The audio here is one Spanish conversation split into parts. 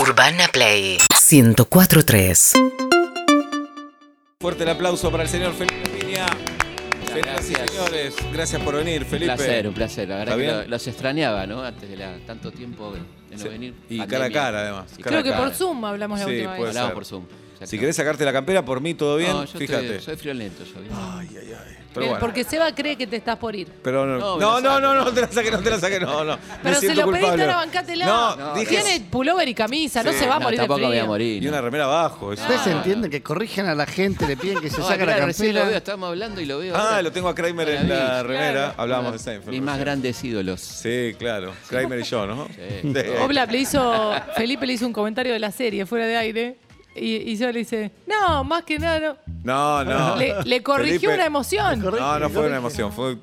Urbana Play 104.3 Fuerte el aplauso para el señor Felipe Piña. Señoras y gracias. señores, gracias por venir, Un Felipe. placer, un placer. La verdad ¿Está que bien? lo- los extrañaba, ¿no? Antes de la, tanto tiempo de, de no Sí. venir. Y Pandemia. cara a cara, además. Sí, Cara Creo a que cara. por Zoom hablamos la Sí, pues, última puede vez. Hablamos ser. por Zoom. exactamente. Si querés sacarte la campera, por mí todo bien, No, yo fíjate. estoy- soy friolento, yo. ¿viste? pero Eh, bueno. Porque Seba cree que te estás por ir. Pero no, No, me no, la no, saco. no, no, te la saqué, no te la saqué, no, no. Me Pero se siento lo pediste, culpable. ahora bancátela. No, No, dije. Tiene pullover y camisa, no Sí. se va a No, morir de tampoco frío. voy a morir. Y no. una remera abajo. eso. Ustedes entienden que corrigen a la gente, le piden que se No, saque la claro, recién lo veo, campera. estábamos hablando y lo veo. Ah, ahora. lo tengo a Kramer en Maravilla, la claro. remera. Hablábamos de Uno Seinfeld. Mis más recién. grandes ídolos. Sí, claro. Kramer y yo, ¿no? Sí. Oblap le hizo, Felipe le hizo un comentario de la serie fuera de aire. Y, y yo le hice, no, más que nada. no". No, no. Le, le corrigió Felipe- una emoción. No, no fue una emoción, fue.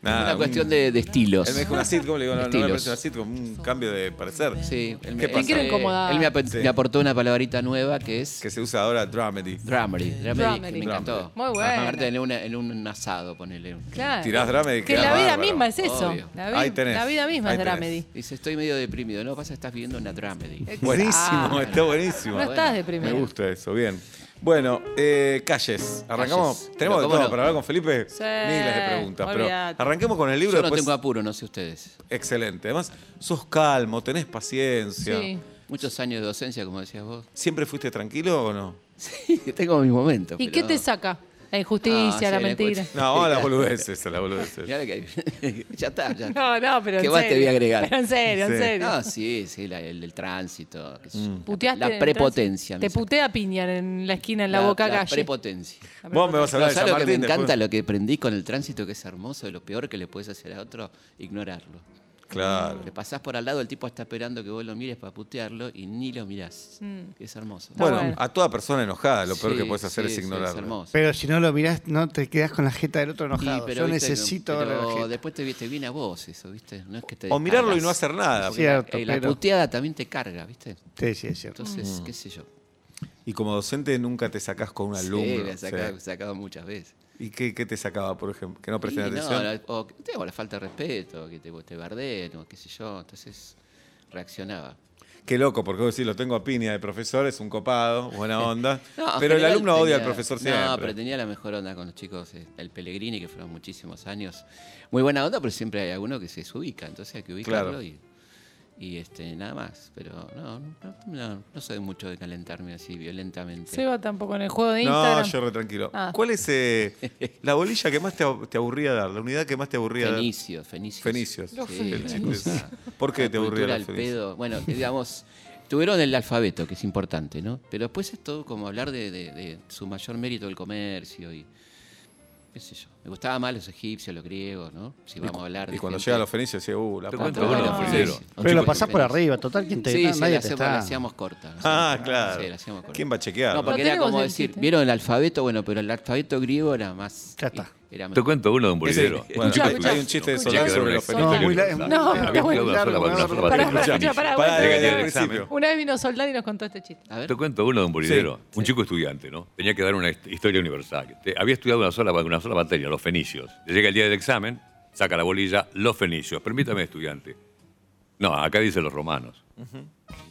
Nada, Una un- cuestión de, de estilos. Él me dijo una sitcom, le digo, no, no me Estilos. parece una sitcom, un cambio de parecer. Sí, él ¿Qué me, pasa? Te quiero incomodar. él me, ap- Sí. me aportó una palabrita nueva que es Que se usa ahora dramedy. Dramedy, Dramedy, Dramedy. que me encantó. Dramedy. Muy bueno. Aparte en, una- en un asado, ponele. Claro. Tirás dramedy, Que queda la vida bárbaro. misma es eso. Obvio. La, vi- Ahí tenés, la vida misma ahí es tenés. dramedy. Dice, estoy medio deprimido. No pasa, estás viviendo una Dramedy. Eh, Buenísimo, Ah, está buenísimo. No estás deprimido. Me gusta eso, bien. Bueno, eh, calles. Arrancamos. Calles. Tenemos de todo Pero cómo no. para hablar con Felipe. Sí, Miles de preguntas. Pero olvídate. arranquemos con el libro. Yo no después- tengo apuro, no sé ustedes. Excelente. Además, sos calmo, tenés paciencia. Sí. Muchos años de docencia, como decías vos. ¿Siempre fuiste tranquilo o no? Sí, tengo mis momentos. ¿Y qué te saca? La injusticia, Ah, sí, la la mentira. injusticia. No, vamos a las boludeces, a las boludeces. Mirá que- ya está, ya está. No, no, pero ¿Qué en más serio. te voy a agregar? Pero en serio, Sí. en serio. No, sí, sí, la- el, el tránsito. qué sé Mm. yo. Puteaste en La el prepotencia. tránsito. Te me saca. putea piña en la esquina, en la, boca la calle. prepotencia. Vos me vas a No, hablar de San ¿Sabes lo que me Martín encanta? después? Lo que aprendí con el tránsito, que es hermoso, lo peor que le puedes hacer a otro, ignorarlo. Claro. Le pasás por al lado, el tipo está esperando que vos lo mires para putearlo y ni lo mirás. Mm. Es hermoso. Bueno, Bueno, a toda persona enojada lo peor que Sí, puedes hacer sí, es sí, ignorarlo. Es hermoso. Pero si no lo mirás, no te quedás con la jeta del otro Y, enojado. pero, Yo viste, necesito ver la pero jeta. después te, te viene a vos eso, ¿viste? No es que te O mirarlo y descargas. no hacer nada. Sí, Cierto, Eh, la pero- Mm. puteada también te carga, ¿viste? Sí, sí, es cierto. Entonces, qué sé yo. Y como docente nunca te sacás con un alumno. Sí, la o he sea. sacado, sacado muchas veces. ¿Y qué, qué te sacaba, por ejemplo? ¿Que no Y presten no, atención? la- o que- o la falta de respeto, que te, te bardeen, o qué sé yo. Entonces, reaccionaba. Qué loco, porque vos decís, lo tengo a piña de profesor, es un copado, buena onda. No, en pero el general alumno odia al tenía- profesor No, siempre. pero tenía la mejor onda con los chicos, eh, el Pellegrini, que fueron muchísimos años. Muy buena onda, pero siempre hay alguno que se desubica, entonces hay que ubicarlo Claro. y, y, este, nada más. Pero no, no, no, no soy mucho de calentarme así violentamente. Seba tampoco en el juego de no, Instagram. yo re tranquilo. Ah. ¿Cuál es eh, la bolilla que más te, ab- te aburría dar? ¿La unidad que más te aburría Fenicios, Fenicios. dar? Fenicios. Los Sí, El chiste fenicios. es- ¿Por qué La te aburría cultura dar al Fenicios? pedo. Bueno, digamos, tuvieron el alfabeto, que es importante, ¿no? Pero después es todo como hablar de, de- de su mayor mérito del comercio y qué sé yo. Me gustaba más los egipcios, los griegos, ¿no? Si vamos a hablar de Y cuando gente- llega a los fenicios, decía, uh, la Te puta. cuento que uno, la Ah. parió. Sí, sí. Pero lo chicos pasás por felices. arriba, total, ¿quién te Sí, sí, nadie la te hacemos, está- la hacíamos corta. la Ah, hacíamos corta. claro. Sí, la hacíamos corta. ¿Quién va a chequear? No, porque Lo era tenemos como el decir, chiste. ¿vieron el alfabeto? Bueno, pero el alfabeto griego era más. Ya está. Era Te mejor. cuento uno de un Ese- bolillero. bueno, Escuchá, hay- escuchá. hay un chiste de Escuchá. Solán sobre los No, fenicios. muy la- No, Había está que bueno. hablar Pará, una pará, sola pará, palabra. Pará, pará, Escuchame. escuchá, pará, Pará, pará, que tiene pará. examen. Una vez vino Soldán y nos contó este chiste. A ver. Te cuento uno de un bolillero. Sí, un chico estudiante, ¿no? Tenía que dar una hist- historia universal. Te- Había estudiado una sola, una sola materia, los fenicios. Le Llega el día del examen, saca la bolilla, los fenicios. Permítame, estudiante. No, acá dice los romanos.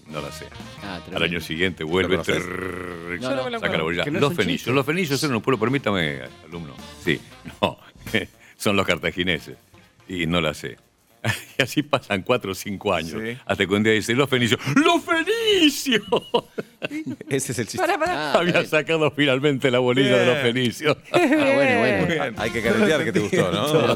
No la sé. Ah, tremendo. Al año siguiente vuelve, ¿Lo conoces? trrr, No, no. saca la bolilla. Que no es los un fenicios. chiste. Los fenicios eran un pueblo, permítame, alumno. Sí, no, son los cartagineses. Y no la sé. Y así pasan cuatro o cinco años. Sí. Hasta que un día dice, los fenicios. ¡Los fenicios! Ese es el chiste. Pará, pará. Ah, Había está sacado finalmente la bolilla de los Bien. fenicios. bien. Ah, bueno, bueno. Hay que caretear que te gustó, ¿no?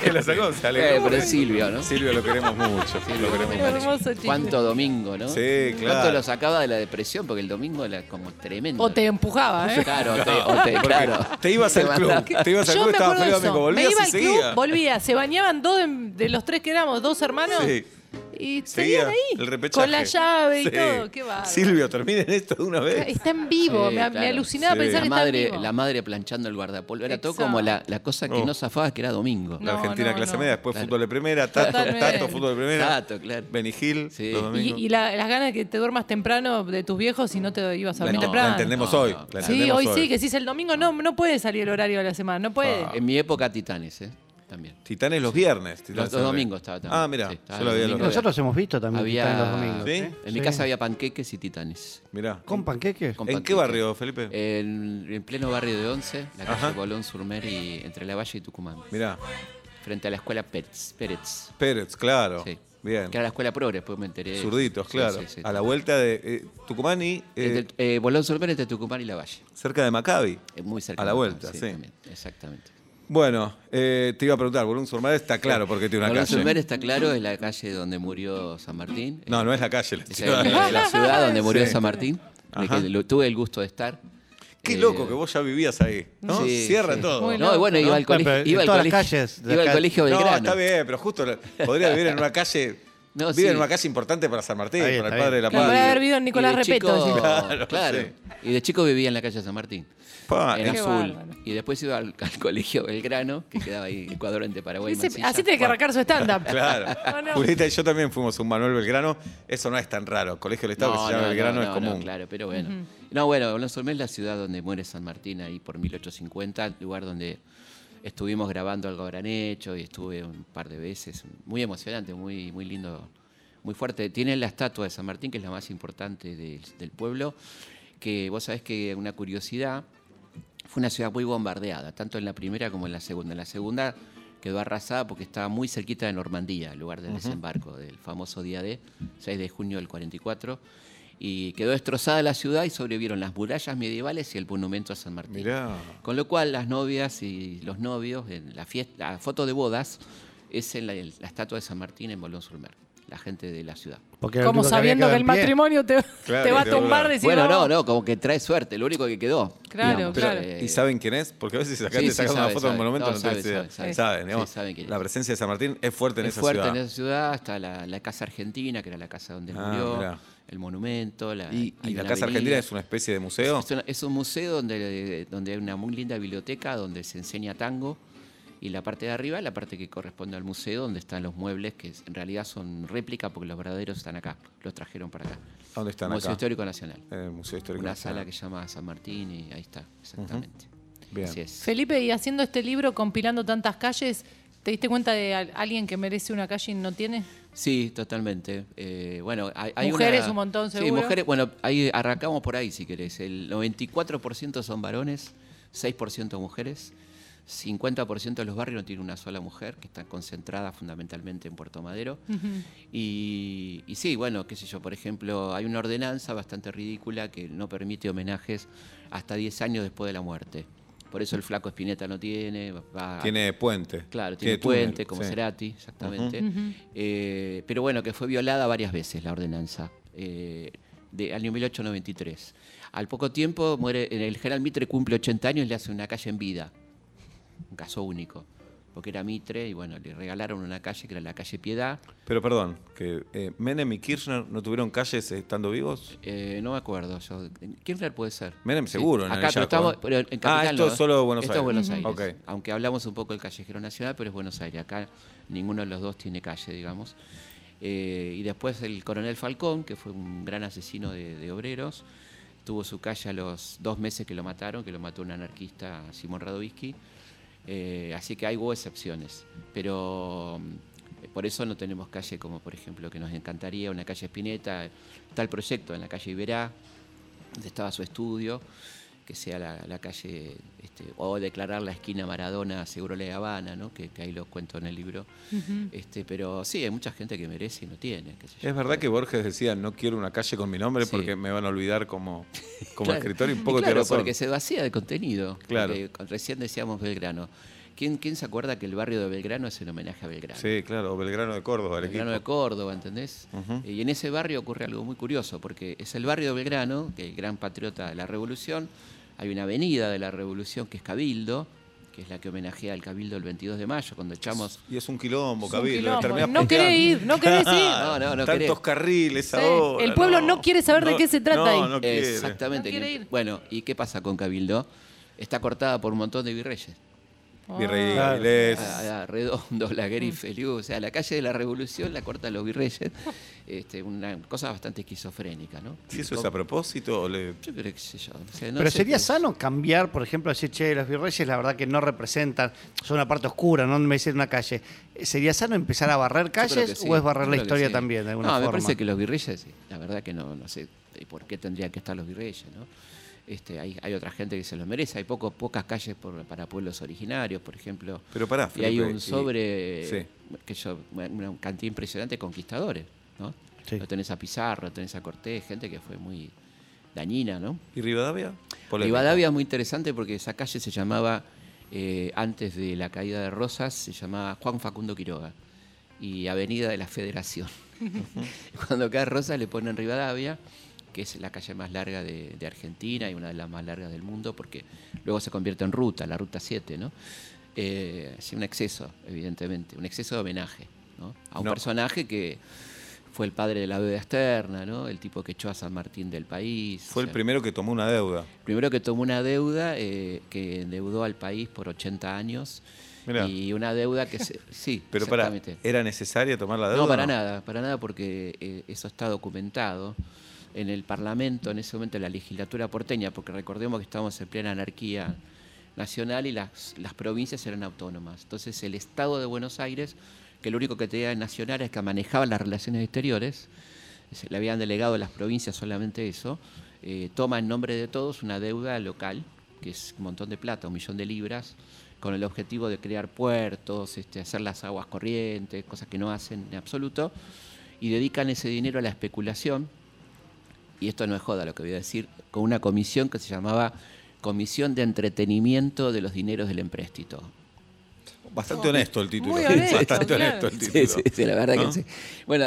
que la sacó, se Eh, alegró. pero es Silvio, ¿no? Silvio lo queremos mucho. Lo queremos Qué mucho. hermoso chiste. Cuánto domingo, ¿no? Sí, claro. Cuánto lo sacaba de la depresión, porque el domingo era como tremendo. O te empujaba, ¿eh? Claro, o te, o te- claro. Te ibas al club, te ibas al Yo club, me estabas acuerdo de feliz eso. domingo, Me volvías iba y al seguía. club, volvía. Se bañaban dos de, de los tres que éramos, dos hermanos. Sí. Y Seguía seguían ahí. el repechaje. con la llave y Sí. todo. Qué bárbaro. Silvio, terminen esto de una vez. Está en vivo. Sí, me, me claro. alucinaba Sí. pensar la que madre, está en vivo. la madre planchando el guardapolvo. Era todo Exacto. como la, la cosa que Oh. no zafaba, que era domingo. La No, Argentina no, clase no. media, después Claro. fútbol de primera, tato, Totalmente. tato, fútbol de primera. Tato, claro. Benigil, Sí. los domingos. Y, y la- las ganas que te duermas temprano de tus viejos y no te ibas la, a dormir ent- temprano. la entendemos No, hoy. Ah. no, la claro. Sí, entendemos hoy sí, que si es el domingo, no, no puede salir el horario de la semana, no puede. En mi época, Titanes, ¿eh? también. Titanes los viernes. Los, Titanes los en Red. domingos estaba también. Ah, mira, Sí, estaba yo lo había los domingos. domingos. Nosotros hemos visto también Había- Titanes los domingos. ¿Sí? ¿eh? En mi Sí. casa había panqueques y titanes. Mirá. ¿Con panqueques? Con Eh, ¿En qué panqueques. barrio, Felipe? En, en pleno barrio de Once, la calle Ajá. Colón Surmer y entre La Valle y Tucumán. Mirá. Frente a la escuela Pérez. Pérez. Pérez, claro. Sí. Oh, Bien. Que era la escuela progre, después me enteré. Zurditos, Sí, claro. sí, sí. A la vuelta de eh, Tucumán y eh, Entre- eh, Bolón Surmer entre Tucumán y La Valle. cerca de Maccabi. Es muy cerca. A la de vuelta, Tucumán, sí. también, exactamente. Bueno, eh, te iba a preguntar, Bolón Surmar está claro porque tiene una Bolón calle. Surmer está claro, es la calle donde murió San Martín. Eh, No, no es la calle. la Es ciudad. la, la ciudad donde murió Sí. San Martín. de Ajá. que lo- tuve el gusto de estar. Qué Eh, loco que vos ya vivías ahí, ¿no? sí, Cierra sí. todo. Muy No, y bueno, loco, iba ¿no? al colegio. Bueno, pero iba en al todas las colegio- calles de iba al acá- colegio no, Belgrano. está bien, pero justo lo- podría vivir en una calle. No, vive sí. en una calle importante para San Martín, Está bien, para el está padre de la Claro, podría haber patria. vivido en Nicolás Y de Repeto. chico- decimos. Claro, claro. sí. Y de chico vivía en la calle San Martín. Pa, en eh, Qué azul. bárbaro. Y después iba al, al colegio Belgrano, que quedaba ahí, Ecuador entre Paraguay. y Ese- Mansilla. así tiene que arrancar su stand-up. Claro. No, no. Julieta y yo también fuimos a un Manuel Belgrano. Eso no es tan raro. Colegio del Estado que se llama Belgrano no, es no, común. claro, pero bueno. No, bueno, Alonso Olmé es la ciudad donde muere San Martín, ahí por 1850, lugar donde estuvimos grabando algo habrán hecho y estuve un par de veces. Muy emocionante, muy, muy lindo, muy fuerte. Tiene la estatua de San Martín, que es la más importante del, del pueblo, que vos sabés que una curiosidad, fue una ciudad muy bombardeada, tanto en la primera como en la segunda. En la segunda quedó arrasada porque estaba muy cerquita de Normandía, el lugar del desembarco del famoso día de 6 de junio del 44. Y quedó destrozada la ciudad y sobrevivieron las murallas medievales y el monumento a San Martín. Mirá. Con lo cual las novias y los novios, en la, fiesta, la foto de bodas, es en la, en la estatua de San Martín en Bolón-Sulmer, la gente de la ciudad. Porque era lo Como único había sabiendo que quedado el en pie. matrimonio te, Claro, te va a te va a tumbar, dar. decir bueno, no, no, como que trae suerte, lo único que quedó. Claro, Pero, claro. eh, ¿Y saben quién es? Porque a veces si acá Sí, te sí, sacas una sabe, foto del sabe. monumento, No, no, sabe, tenés idea. sabe, sabe. Saben, digamos, Sí, saben quién es. La presencia de San Martín es fuerte en es esa fuerte ciudad. en esa ciudad, está la, la casa argentina, que era la casa donde Ah, murió, mirá. el monumento. La, Y, y hay la una Casa avenida. Argentina es una especie de museo. Es, una- es un museo donde, donde hay una muy linda biblioteca donde se enseña tango. Y la parte de arriba es la parte que corresponde al museo, donde están los muebles, que es- en realidad son réplica porque los verdaderos están acá, los trajeron para acá. ¿A ¿Dónde están museo acá? Histórico Nacional. En el Museo Histórico. Una Nacional. sala que se llama San Martín y ahí está, exactamente. Bien. Así es. Felipe, y haciendo este libro, compilando tantas calles, ¿te diste cuenta de al- alguien que merece una calle y no tiene? Sí, totalmente. Eh, bueno, hay, hay Mujeres una- un montón, Sí, seguro. mujeres, bueno, ahí arrancamos por ahí si querés. El 94% son varones, 6% mujeres, 50% de los barrios no tiene una sola mujer, que está concentrada fundamentalmente en Puerto Madero. y, y sí, bueno, qué sé yo, por ejemplo, hay una ordenanza bastante ridícula que no permite homenajes hasta 10 años después de la muerte. Por eso el flaco Espineta no tiene, va- Tiene puente. Claro, tiene, túnel, puente, como sí. Cerati, exactamente. Eh, pero bueno, que fue violada varias veces la ordenanza, eh, de año 1893. Al poco tiempo muere, el general Mitre cumple 80 años y le hace una calle en vida. Un caso único. Porque era Mitre y bueno, le regalaron una calle que era la calle Piedad. Pero perdón, que eh, Menem y Kirchner no tuvieron calles estando vivos. Eh, no me acuerdo. Yo, Kirchner puede ser. Menem Sí. seguro, en Acá, el pero Chaco, estamos. ¿eh? pero en Ah, Capital esto no, es solo de Buenos esto Aires. es Buenos Aires. Ok. Aunque hablamos un poco del Callejero Nacional, pero es Buenos Aires. Acá ninguno de los dos tiene calle, digamos. Eh, y después el coronel Falcón, que fue un gran asesino de, de obreros, tuvo su calle a los dos meses que lo mataron, que lo mató un anarquista, Simón Radovisky. Eh, así que hay hubo excepciones. Pero mm, por eso no tenemos calle como, por ejemplo, que nos encantaría, una calle Espineta, tal proyecto en la calle Iberá, donde estaba su estudio, que sea la, la calle, este, o declarar la esquina Maradona, seguro la Habana, ¿no? que, que ahí lo cuento en el libro. este, pero sí, hay mucha gente que merece y no tiene. qué sé yo. Es verdad que Borges decía, no quiero una calle con mi nombre Sí. porque me van a olvidar como, como Claro. escritor y Y un poco claro, tiene razón. porque se vacía de contenido. Claro. Porque con- recién decíamos Belgrano. ¿Quién, ¿Quién se acuerda que el barrio de Belgrano es en homenaje a Belgrano? Sí, claro, o Belgrano de Córdoba, Belgrano de Arequipa. Córdoba, ¿entendés? Eh, Y en ese barrio ocurre algo muy curioso, porque es el barrio de Belgrano, que el gran patriota de la Revolución, hay una avenida de la Revolución que es Cabildo, que es la que homenajea al Cabildo el 22 de mayo, cuando echamos... Y es un quilombo, Es un Cabildo. quilombo. terminás No querés puteando. ir, no querés ir. Claro, No, no, no Tantos querés. carriles Sí, ahora. el pueblo no quiere saber de qué se trata no, ahí. No, quiere. Exactamente. No quiere ir. Bueno, ¿y qué pasa con Cabildo? Está cortada por un montón de virreyes. Virrey Ah. Avilés. a- a Redondo, la Mm. Gary Feliu, o sea, la calle de la Revolución la cortan los virreyes. Este, una cosa bastante esquizofrénica, ¿no? ¿Y eso es a propósito? o le- Yo creo que sé yo. o sea, no Pero sé sería qué- sano cambiar, por ejemplo, decir, che, los virreyes la verdad que no representan, son una parte oscura, no me dicen una calle. Eh, ¿Sería sano empezar a barrer Yo creo que calles sí, o es barrer yo la creo que historia sí. también, de alguna no, forma? me parece que los virreyes, sí, la verdad que no, no sé eh, por qué tendrían que estar los virreyes, ¿no? Este, hay, hay otra gente que se los merece, hay poco, pocas calles por- para pueblos originarios, por ejemplo. Pero pará, y hay Felipe, un y- sobre, sí. que yo, una cantidad impresionante de conquistadores, ¿no? Sí. Lo tenés a Pizarro, lo tenés a Cortés, gente que fue muy dañina, ¿no? ¿Y Rivadavia? Polémico. Rivadavia es muy interesante porque esa calle se llamaba, eh, antes de la caída de Rosas, se llamaba Juan Facundo Quiroga y Avenida de la Federación. Cuando cae Rosas le ponen Rivadavia, que es la calle más larga de, de Argentina y una de las más largas del mundo porque luego se convierte en ruta, la Ruta 7, ¿no? Eh, sí, un exceso, evidentemente, un exceso de homenaje ¿no? a un No. personaje que fue el padre de la deuda externa, ¿no? el tipo que echó a San Martín del país. Fue o el sea, primero que tomó una deuda. Primero que tomó una deuda eh, que endeudó al país por 80 años. Mirá. Y una deuda que se, sí, Pero para, exactamente. ¿era necesaria tomar la deuda? no, o para nada, para nada porque eh, eso está documentado en el Parlamento, en ese momento en la legislatura porteña, porque recordemos que estábamos en plena anarquía nacional y las, las provincias eran autónomas. Entonces el Estado de Buenos Aires, que lo único que tenía de nacional es que manejaba las relaciones exteriores, se le habían delegado a las provincias solamente eso, eh, toma en nombre de todos una deuda local, que es un montón de plata, un millón de libras, con el objetivo de crear puertos, este, hacer las aguas corrientes, cosas que no hacen en absoluto, y dedican ese dinero a la especulación, y esto no es joda lo que voy a decir, con una comisión que se llamaba Comisión de Entretenimiento de los Dineros del Empréstito. Bastante honesto el título. Muy honesto, Bastante honesto claro. el Sí, título. sí, sí, la verdad ¿No? que sí. Bueno,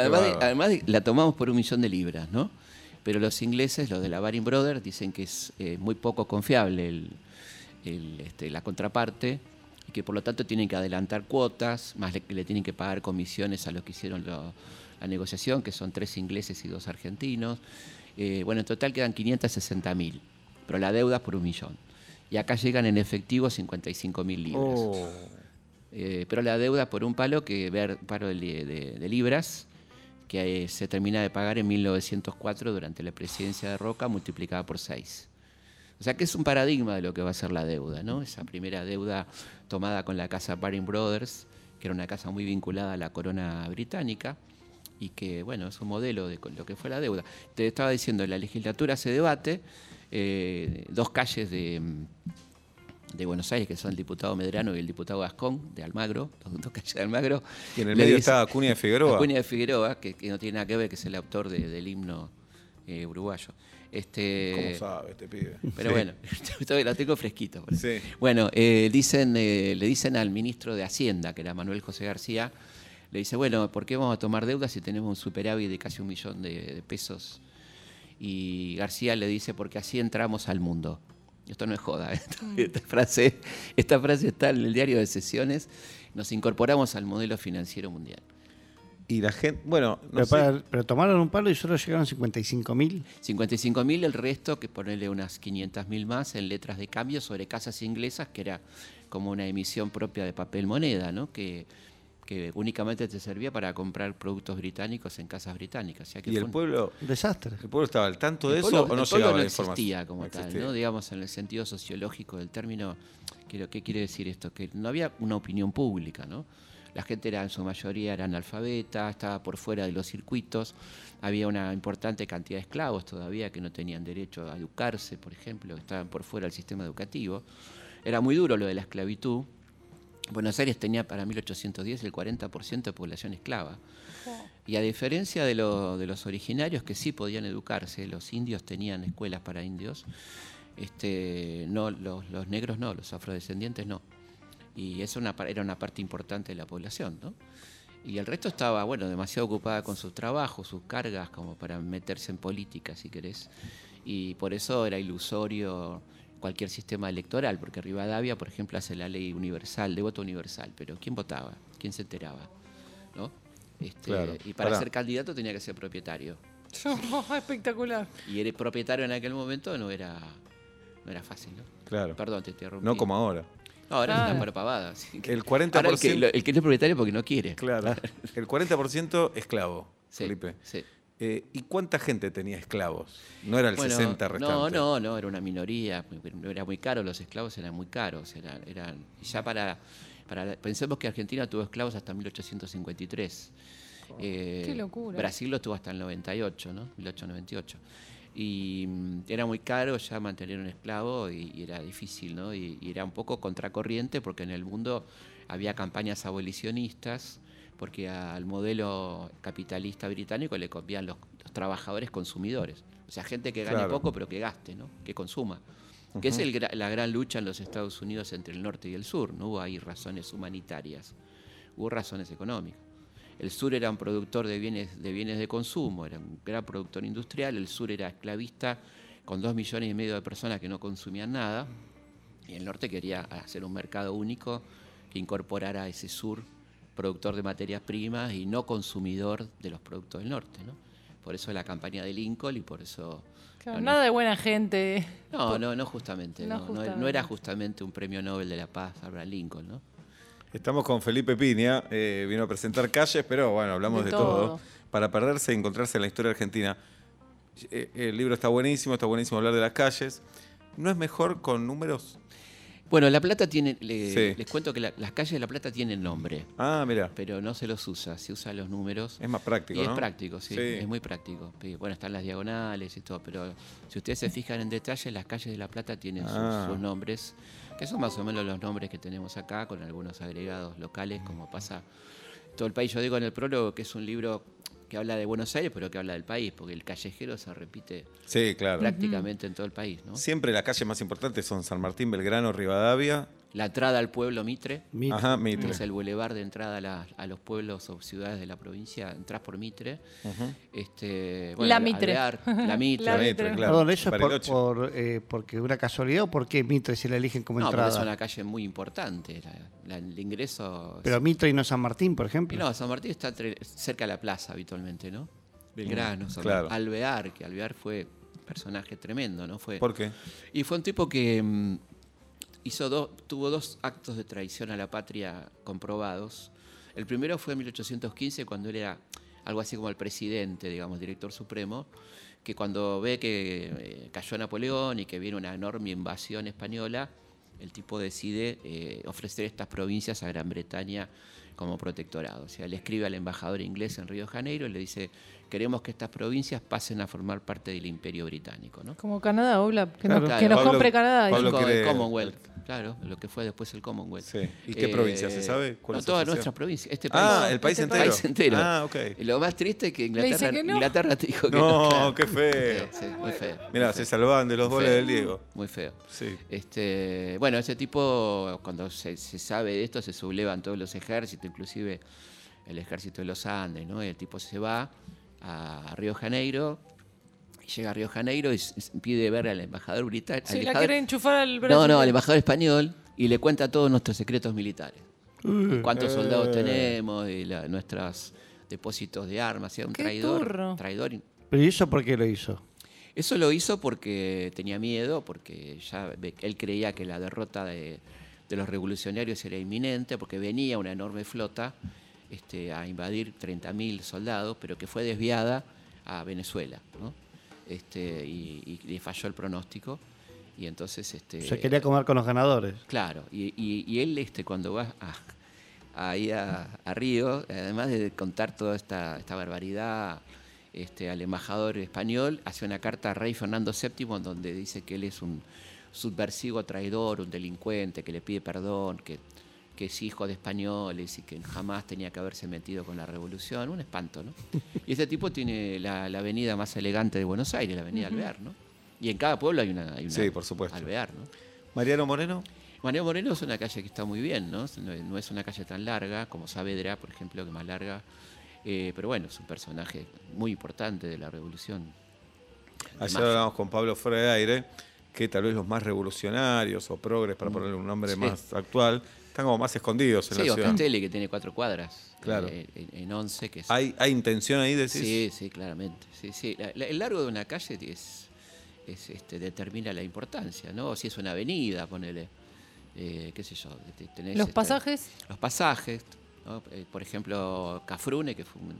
Qué además, de- bárbaro. además de- la tomamos por un millón de libras, ¿no? Pero los ingleses, los de la Baring Brothers, dicen que es eh, muy poco confiable el, el, este, la contraparte y que por lo tanto tienen que adelantar cuotas, más le, le tienen que pagar comisiones a los que hicieron lo- la negociación, que son tres ingleses y dos argentinos. Eh, bueno, en total quedan 560 mil, pero la deuda es por un millón. Y acá llegan en efectivo 55 mil libras. Oh. Eh, pero la deuda por un palo que ver paro de, li- de- de libras que eh, se termina de pagar en 1904 durante la presidencia de Roca multiplicada por 6. O sea que es un paradigma de lo que va a ser la deuda, ¿no? Esa primera deuda tomada con la casa Baring Brothers, que era una casa muy vinculada a la corona británica y que, bueno, es un modelo de co- lo que fue la deuda. Te estaba diciendo, en la legislatura se debate eh, dos calles de, mm, de Buenos Aires, que son el diputado Medrano y el diputado Gascón, de Almagro, los dos calles de Almagro. Y en el le medio dice- está Acuña de Figueroa. Acuña de Figueroa, que, que no tiene nada que ver, que es el autor de- del himno eh, uruguayo. Este, eh, ¿Cómo sabe este pibe? pero Sí. bueno, todavía lo tengo fresquito. por eso. Sí. Bueno, eh, dicen, eh, le dicen al ministro de Hacienda, que era Manuel José García, le dice, bueno, ¿por qué vamos a tomar deuda si tenemos un superávit de casi un millón de, de pesos? Y García le dice, porque así entramos al mundo. Esto no es joda, ¿eh? esta, frase, esta frase está en el diario de sesiones, nos incorporamos al modelo financiero mundial. Y la gente, bueno, no pero, sé. para- pero tomaron un palo y solo llegaron 55 mil. 55.000, el resto, que ponerle unas 500.000 más en letras de cambio sobre casas inglesas, que era como una emisión propia de papel moneda, ¿no? que, que únicamente te servía para comprar productos británicos en casas británicas. O sea que ¿Y fue el un- pueblo, Desastre. el pueblo estaba al tanto de el eso pueblo- o no el pueblo llegaba la existía información? como No tal, existía. ¿no? digamos en el sentido sociológico del término. Quiero, ¿Qué quiere decir esto? Que no había una opinión pública, ¿no? La gente era en su mayoría era analfabeta, estaba por fuera de los circuitos, había una importante cantidad de esclavos todavía que no tenían derecho a educarse, por ejemplo, que estaban por fuera del sistema educativo. Era muy duro lo de la esclavitud. Buenos Aires tenía para 1810 el 40% de población esclava. Y a diferencia de, lo- de los originarios que sí podían educarse, los indios tenían escuelas para indios, este, no, los, los negros no, los afrodescendientes no. Y eso una par- era una parte importante de la población, ¿no? Y el resto estaba, bueno, demasiado ocupada con sus trabajos, sus cargas, como para meterse en política, si querés. Y por eso era ilusorio cualquier sistema electoral, porque Rivadavia, por ejemplo, hace la ley universal, de voto universal, pero ¿quién votaba? ¿Quién se enteraba? ¿No? Este, Claro. Y para Pará. ser candidato tenía que ser propietario. Espectacular. Y eres propietario en aquel momento no era, no era fácil, ¿no? Claro. Perdón, te interrumpí. No como ahora. No, ahora es Claro. una parpavada. así que- El Ahora el, que, 40%. lo- el que no es propietario porque no quiere. Claro. El 40% esclavo, Sí, Felipe. sí. Eh, ¿Y cuánta gente tenía esclavos? No era el Bueno, 60 restante. No, no, no, era una minoría, no era muy caro, los esclavos eran muy caros, eran, eran y ya para, para pensemos que Argentina tuvo esclavos hasta 1853. Eh, Qué locura. Brasil lo tuvo hasta el 98, ¿no? 1898. Y mm, era muy caro ya mantener un esclavo y, y era difícil, ¿no? Y, y era un poco contracorriente porque en el mundo había campañas abolicionistas porque al modelo capitalista británico le convían los, los trabajadores consumidores. O sea, gente que gane Claro. poco pero que gaste, ¿no? Que consuma. Que es el gra- la gran lucha en los Estados Unidos entre el norte y el sur. No hubo ahí razones humanitarias, hubo razones económicas. El sur era un productor de bienes, de bienes de consumo, era un gran productor industrial, el sur era esclavista con dos millones y medio de personas que no consumían nada, y el norte quería hacer un mercado único que incorporara a ese sur productor de materias primas y no consumidor de los productos del norte. ¿no? Por eso la campaña de Lincoln y por eso... Claro, la nada de buena gente. no, no, no justamente. No, No no- no justamente. era justamente un premio Nobel de la Paz, Abraham Lincoln, ¿no? Estamos con Felipe Piña, eh, vino a presentar calles, pero bueno, hablamos de, De todo. todo. Para perderse y encontrarse en la historia argentina. Eh, el libro está buenísimo, está buenísimo hablar de las calles. ¿No es mejor con números? Bueno, La Plata tiene... le- Sí. Les cuento que la- las calles de La Plata tienen nombre, Ah, mira, pero no se los usa, se usan los números. es más práctico, y es ¿no? práctico, sí, es muy práctico. Sí, Bueno, están las diagonales y todo, pero si ustedes se fijan en detalle, las calles de La Plata tienen sus, Mm. Ah. sus nombres, que son más o menos los nombres que tenemos acá, con algunos agregados Mm. locales, como pasa todo el país. Yo digo en el prólogo que es un libro que habla de Buenos Aires, pero que habla del país, porque el callejero se repite Sí, claro. prácticamente en todo el país, ¿no? Siempre las calles más importantes son San Martín, Belgrano, Rivadavia. La entrada al pueblo Mitre, Mitre. Ajá, que Mitre. es el bulevar de entrada a, la- a los pueblos o ciudades de la provincia, entras por Mitre. este, bueno, La al- Mitre. Alvear, la Mitre. La Mitre, Mitre. claro. Perdón, ¿eso es por, Bariloche. por, eh, porque una casualidad o por qué Mitre se la eligen como No, pero es entrada? una calle muy importante. la- la- el ingreso. Pero Mitre y no San Martín, por ejemplo. no, San Martín está entre- cerca de la plaza habitualmente, ¿no? Belgrano, San claro. Martín. Alvear, que Alvear fue un personaje tremendo, ¿no? Fue, ¿Por qué? Y fue un tipo que mm, hizo dos, tuvo dos actos de traición a la patria comprobados. El primero fue en 1815, cuando él era algo así como el presidente, digamos, director supremo, que cuando ve que eh, cayó Napoleón y que viene una enorme invasión española, el tipo decide eh, ofrecer estas provincias a Gran Bretaña como protectorado. O sea, le escribe al embajador inglés en Río de Janeiro y le dice, queremos que estas provincias pasen a formar parte del imperio británico. ¿no? Como Canadá, Obla, que, Claro. nos, Claro. que nos Pablo- compre Canadá. Pablo- Pablo, Co- el quiere- Commonwealth, claro, lo que fue después el Commonwealth. Eh, Sí. ¿Y qué provincia? ¿Se sabe cuál no, es la todas asociación? nuestras provincias. Este país, Ah, el país este entero. país entero. Ah, ok. Y lo más triste es que Inglaterra, que no. Inglaterra te dijo que no. No, claro. qué feo. Sí, sí, muy feo. Mira, muy se feo, salvaban de los goles feo, del Diego. Muy feo. Sí. Este, bueno, ese tipo, cuando se, se sabe de esto, se sublevan todos los ejércitos, inclusive el ejército de los Andes, ¿no? El tipo se va a Río Janeiro, llega a Río Janeiro y s- s- pide ver al embajador británico. Si la quiere enchufar al Brasil. No, no, al embajador español y le cuenta todos nuestros secretos militares. Cuántos soldados tenemos y la- nuestros depósitos de armas. Era un Qué traidor. turro. Traidor. ¿Pero ¿y eso por qué lo hizo? Eso lo hizo porque tenía miedo, porque ya ve- él creía que la derrota de, de los revolucionarios era inminente, porque venía una enorme flota este, a invadir 30.000 soldados, pero que fue desviada a Venezuela. ¿no? Este, y, y le falló el pronóstico. Y entonces. Este, Se quería comer con los ganadores. Claro, y, y- y él este, cuando va a, ahí a, a Río, además de contar toda esta, esta barbaridad este, al embajador español, hace una carta a rey Fernando VII en donde dice que él es un subversivo traidor, un delincuente, que le pide perdón, que, que es hijo de españoles y que jamás tenía que haberse metido con la revolución. Un espanto, ¿no? Y este tipo tiene la, la avenida más elegante de Buenos Aires, la avenida Alvear, ¿no? Y en cada pueblo hay una, hay una Sí, por supuesto. Alvear, ¿no? Mariano Moreno. María Moreno es una calle que está muy bien, ¿no? No es- No es una calle tan larga como Saavedra, por ejemplo, que es más larga. Eh, pero bueno, es un personaje muy importante de la revolución. Ayer Más. hablábamos con Pablo fuera de aire, que tal vez los más revolucionarios o progres, para ponerle un nombre Sí. más actual, están como más escondidos en Sí, la o ciudad. Castelli, que tiene cuatro cuadras. Claro. eh, En, en once, que es. ¿Hay, ¿Hay intención ahí, decís? sí, sí, claramente. Sí, sí. La- la- el largo de una calle es, es, este, determina la importancia, ¿no? Si es una avenida, ponele. eh, qué sé yo, te- tenés, Los este, pasajes. los pasajes, ¿no? Eh, por ejemplo, Cafrune, que fue un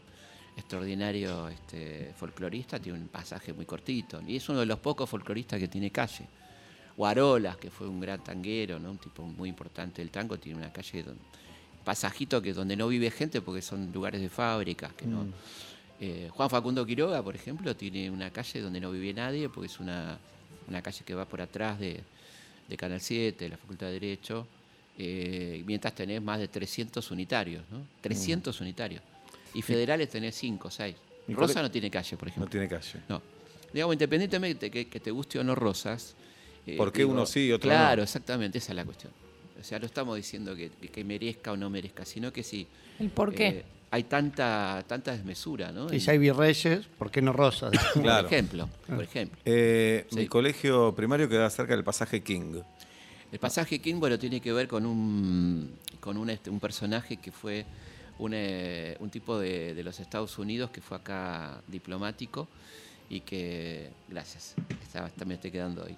extraordinario este, folclorista, tiene un pasaje muy cortito, y es uno de los pocos folcloristas que tiene calle. Guarolas, que fue un gran tanguero, ¿no? un tipo muy importante del tango, tiene una calle don- pasajito que donde no vive gente porque son lugares de fábricas que no. Eh, Juan Facundo Quiroga, por ejemplo, tiene una calle donde no vive nadie porque es una, una calle que va por atrás de, de Canal 7, de la Facultad de Derecho, eh, mientras tenés más de 300 unitarios, ¿no? 300 unitarios. Y federales tenés 5, 6. Mi Rosa cole- no tiene calle, por No ejemplo. tiene calle. No. Digamos, independientemente que, que te guste o no Rosas. eh, ¿Por qué uno sí y otro claro, no? exactamente, esa es la cuestión. O sea, no estamos diciendo que, que merezca o no merezca, sino que sí. El por qué. eh, hay tanta, tanta desmesura, ¿no? Y En- si hay virreyes, ¿por qué no rosas? Claro. Por ejemplo, por ejemplo. Eh, Mi Sí. colegio primario queda cerca del pasaje King. El pasaje King, bueno, tiene que ver con un, con un, este, un personaje que fue un, eh, un tipo de, de los Estados Unidos que fue acá diplomático y que, gracias, estaba, me estoy quedando hoy.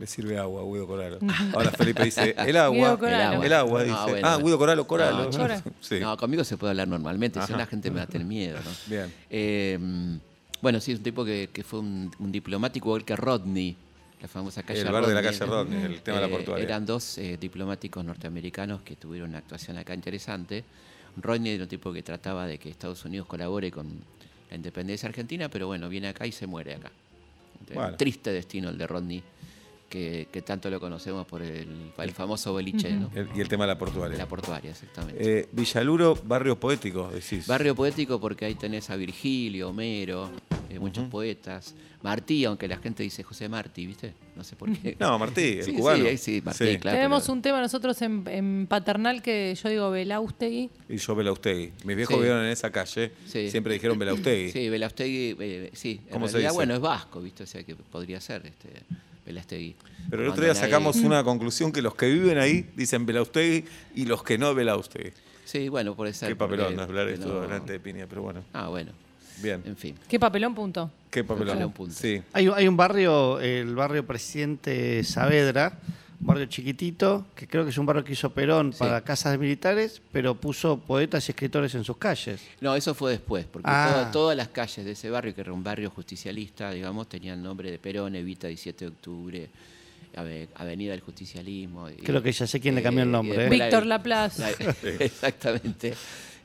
Le sirve agua a Guido Coralo. Ahora Felipe dice, el agua. Guido Coralo. El agua, dice. Ah, bueno, ah, bueno. Guido Coralo, Coralo. No, chicos, sí. No, conmigo se puede hablar normalmente, si Ajá. no la gente me va a tener miedo. ¿no? Bien. Eh, bueno, sí, es un tipo que, que fue un, un diplomático igual que Rodney, la famosa calle El bar de la calle Rodney, el tema de la Eh, portuaria. Eran dos eh, diplomáticos norteamericanos que tuvieron una actuación acá interesante. Rodney era un tipo que trataba de que Estados Unidos colabore con la independencia argentina, pero bueno, viene acá y se muere acá. Un Bueno. Triste destino el de Rodney, que, que tanto lo conocemos por el, el famoso boliche, ¿no? El- y el tema de la portuaria. La portuaria, exactamente. Eh, Villaluro, barrio poético, decís. Barrio poético porque ahí tenés a Virgilio, Homero, eh, muchos poetas. Martí, aunque la gente dice José Martí, ¿viste? No sé por qué. No, Martí, el Sí, sí, cubano. ahí sí, Martí, claro, Tenemos pero- un tema nosotros en, en paternal que yo digo Belaustegui. Y yo Belaustegui. Mis viejos Sí. vieron en esa calle, Sí. siempre dijeron Belaustegui. Sí, Velastegui, eh, sí. En ¿Cómo se realidad, dice? bueno, es vasco, ¿viste? O sea que podría ser este Velastegui. Pero el otro día Abandoná sacamos ahí. una conclusión que los que viven ahí dicen Belaustegui y los que no Belaustegui. Sí, bueno, puede ser. Qué papelón porque- hablar porque esto no- delante de Piña, pero bueno. Ah, bueno. Bien. En fin. Qué papelón, punto. Qué papelón. Ojalá un punto. Sí. Hay, hay un barrio, el barrio Presidente Saavedra, un barrio chiquitito, que creo que es un barrio que hizo Perón Sí. para casas de militares, pero puso poetas y escritores en sus calles. No, eso fue después, porque Ah. toda- todas las calles de ese barrio, que era un barrio justicialista, digamos, tenían nombre de Perón, Evita, 17 de octubre, Ave- Avenida del Justicialismo. y- Creo que ya sé quién le cambió el y nombre, después ¿eh? Víctor Laplace. exactamente.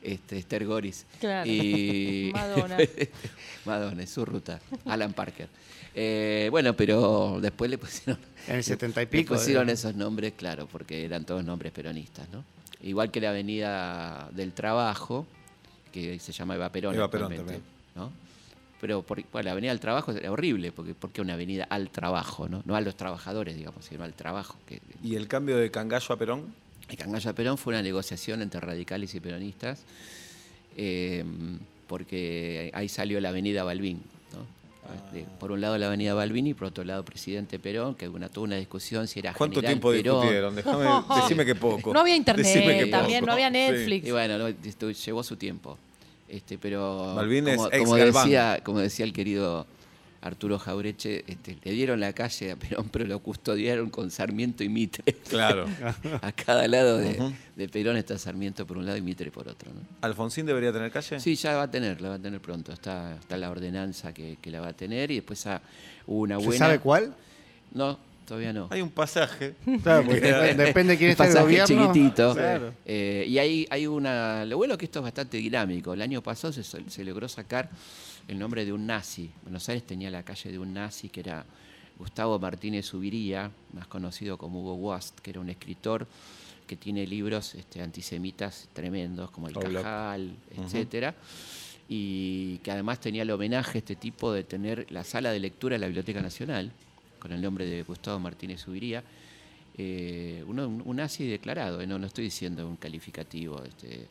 Este, Esther Goris. Claro. Y, Madonna. Madonna, es su ruta. Alan Parker. Eh, bueno, pero después le pusieron. En el 70 y le pico, eh. pusieron digamos. esos nombres, claro, porque eran todos nombres peronistas, ¿no? Igual que la Avenida del Trabajo, que se llama Eva Perón. Eva Perón actualmente, también. ¿no? Pero por, bueno, la Avenida del Trabajo era horrible, porque, porque una avenida al trabajo, ¿no? No a los trabajadores, digamos, sino al trabajo. Que, ¿Y el cambio de Cangallo a Perón? el Cangallo a Perón fue una negociación entre radicales y peronistas, eh, porque ahí salió la avenida Balbín. ¿no? Ah. De- Por un lado la avenida Balbín y por otro lado presidente Perón, que una, tuvo una discusión si era ¿Cuánto general tiempo Perón. discutieron? Déjame, decime que poco. No había internet Decime que también, poco. no había Sí. Netflix. Y bueno, no, esto llevó su tiempo. Este, pero Balbín es como, ex como Galván. decía, como decía el querido Arturo Jaureche, este, le dieron la calle a Perón, pero lo custodiaron con Sarmiento y Mitre. Claro. A cada lado de, de Perón está Sarmiento por un lado y Mitre por otro. ¿no? ¿Alfonsín debería tener calle? Sí, ya va a tener, la va a tener pronto. Está, está la ordenanza que, que la va a tener y después ah, hubo una ¿Se buena. sabe cuál? No, todavía no. Hay un pasaje. Claro, porque dep- depende de quién Un está en el pasaje gobierno. chiquitito. Claro. Eh, y hay, hay una. Lo bueno es que esto es bastante dinámico. El año pasado se, sol- se logró sacar el nombre de un nazi. Buenos Aires tenía la calle de un nazi que era Gustavo Martínez Ubiría, más conocido como Hugo Wast, que era un escritor que tiene libros este, antisemitas tremendos, como El Pablo. Cajal, etcétera. Y que además tenía el homenaje este tipo de tener la sala de lectura de la Biblioteca Nacional, con el nombre de Gustavo Martínez Ubiría eh, uno- un, un nazi declarado, eh, no, no estoy diciendo un calificativo. este,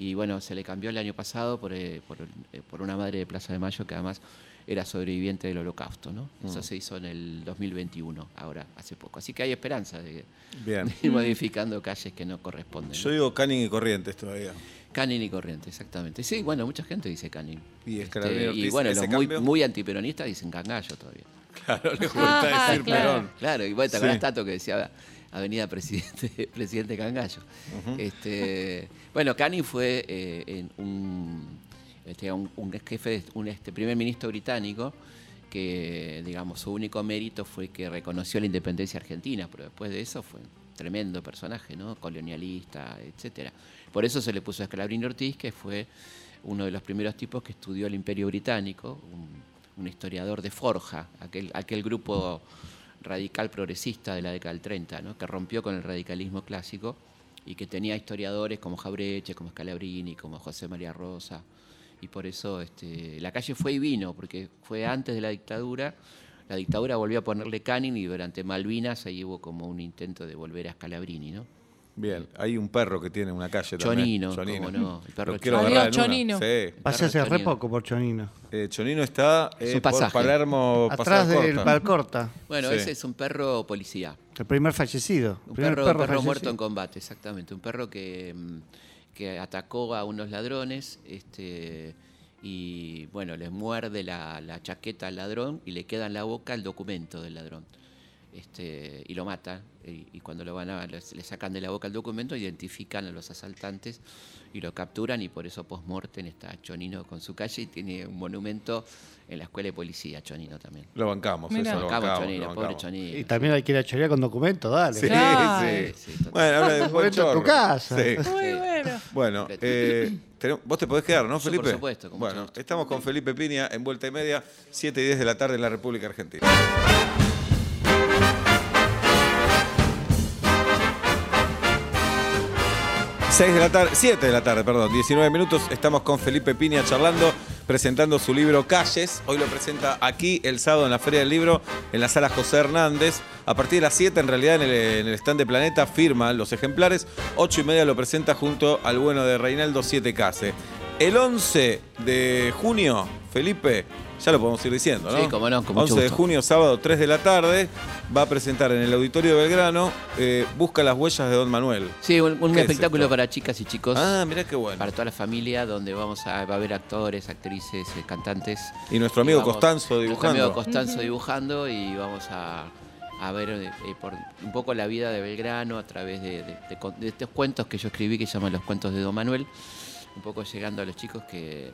y bueno, se le cambió el año pasado por, eh, por, eh, por una madre de Plaza de Mayo que además era sobreviviente del holocausto, ¿no? Eso se hizo en el 2021, ahora, hace poco. Así que hay esperanza de, Bien. de ir modificando calles que no corresponden. Yo ¿no? digo Canning y Corrientes todavía. Canin y Corriente, exactamente. Sí, bueno, mucha gente dice Canin. Y Escalabrini y Ortiz, bueno, ese los muy, cambio. muy antiperonistas dicen cangallo todavía. Claro, le Ah, gusta decir claro. Perón. Claro, y bueno, te acordás Sí. Tato que decía, Avenida Presidente, Presidente Cangallo. Este, bueno, Canning fue eh, en un, este, un, un jefe, de- un este, primer ministro británico que, digamos, su único mérito fue que reconoció la independencia argentina, pero después de eso fue un tremendo personaje, ¿no? Colonialista, etcétera. Por eso se le puso a Scalabrini Ortiz, que fue uno de los primeros tipos que estudió el Imperio Británico, un, un historiador de Forja, aquel, aquel grupo radical progresista de la década del 30, ¿no? que rompió con el radicalismo clásico y que tenía historiadores como Jabreche, como Scalabrini, como José María Rosa. Y por eso este, la calle fue y vino, porque fue antes de la dictadura. La dictadura volvió a ponerle Canning y durante Malvinas ahí hubo como un intento de volver a Scalabrini, ¿no? Bien, hay un perro que tiene una calle también. Chonino, cómo no, el perro Lo quiero Chonino. agarrar Adiós, en una. Chonino. Sí. Pasé hace re Chonino. poco por Chonino. Eh, Chonino está Es eh, un por pasaje. Palermo, Atrás Pasada del Corta. Palcorta. Bueno, Sí. ese es un perro policía. El primer fallecido. Un primer perro, un perro fallecido. muerto en combate, exactamente. Un perro que, mm, que atacó a unos ladrones este, y, bueno, les muerde la, la chaqueta al ladrón y le queda en la boca el documento del ladrón. Este, y lo mata. Y, y cuando lo van a, le le sacan de la boca el documento, identifican a los asaltantes y lo capturan. Y por eso, post-mortem, está Chonino con su calle y tiene un monumento en la escuela de policía, Chonino también. Lo bancamos, Mirá. eso, lo Lo bancamos. Bancamos, lo Chonino, pobre bancamos. Chonino. Y también hay que ir a chorear con documento, dale. Sí, Claro. sí. Sí, total. Bueno, habla de un buen Momento en tu chorro. casa. Sí. Muy Sí. bueno. Bueno, eh, tenem- vos te podés quedar, ¿no, Sí, Felipe? por supuesto, con mucho Bueno, gusto. estamos con Felipe Piña en Vuelta y Media, 7 y 10 de la tarde en la República Argentina. Seis de la tarde, 7 de la tarde, perdón, 19 minutos. Estamos con Felipe Piña charlando, presentando su libro Calles. Hoy lo presenta aquí el sábado en la Feria del Libro, en la sala José Hernández. A partir de las 7, en realidad, en el, en el stand de Planeta, firma los ejemplares. 8 y media lo presenta junto al bueno de Reinaldo 7 Case. El 11 de junio, Felipe, ya lo podemos ir diciendo, ¿no? Sí, cómo no, con mucho 11 de gusto. junio, sábado, 3 de la tarde, va a presentar en el Auditorio de Belgrano eh, Busca las huellas de Don Manuel. Sí, un, un ¿Qué es espectáculo esto? para chicas y chicos, Ah, mirá qué bueno. para toda la familia, donde vamos a, va a haber actores, actrices, eh, cantantes. Y nuestro amigo Y vamos- Costanzo nuestro amigo dibujando. Costanzo dibujando y vamos a, a ver eh, eh, por un poco la vida de Belgrano a través de, de- de con- de estos cuentos que yo escribí que se llaman Los Cuentos de Don Manuel, un poco llegando a los chicos que,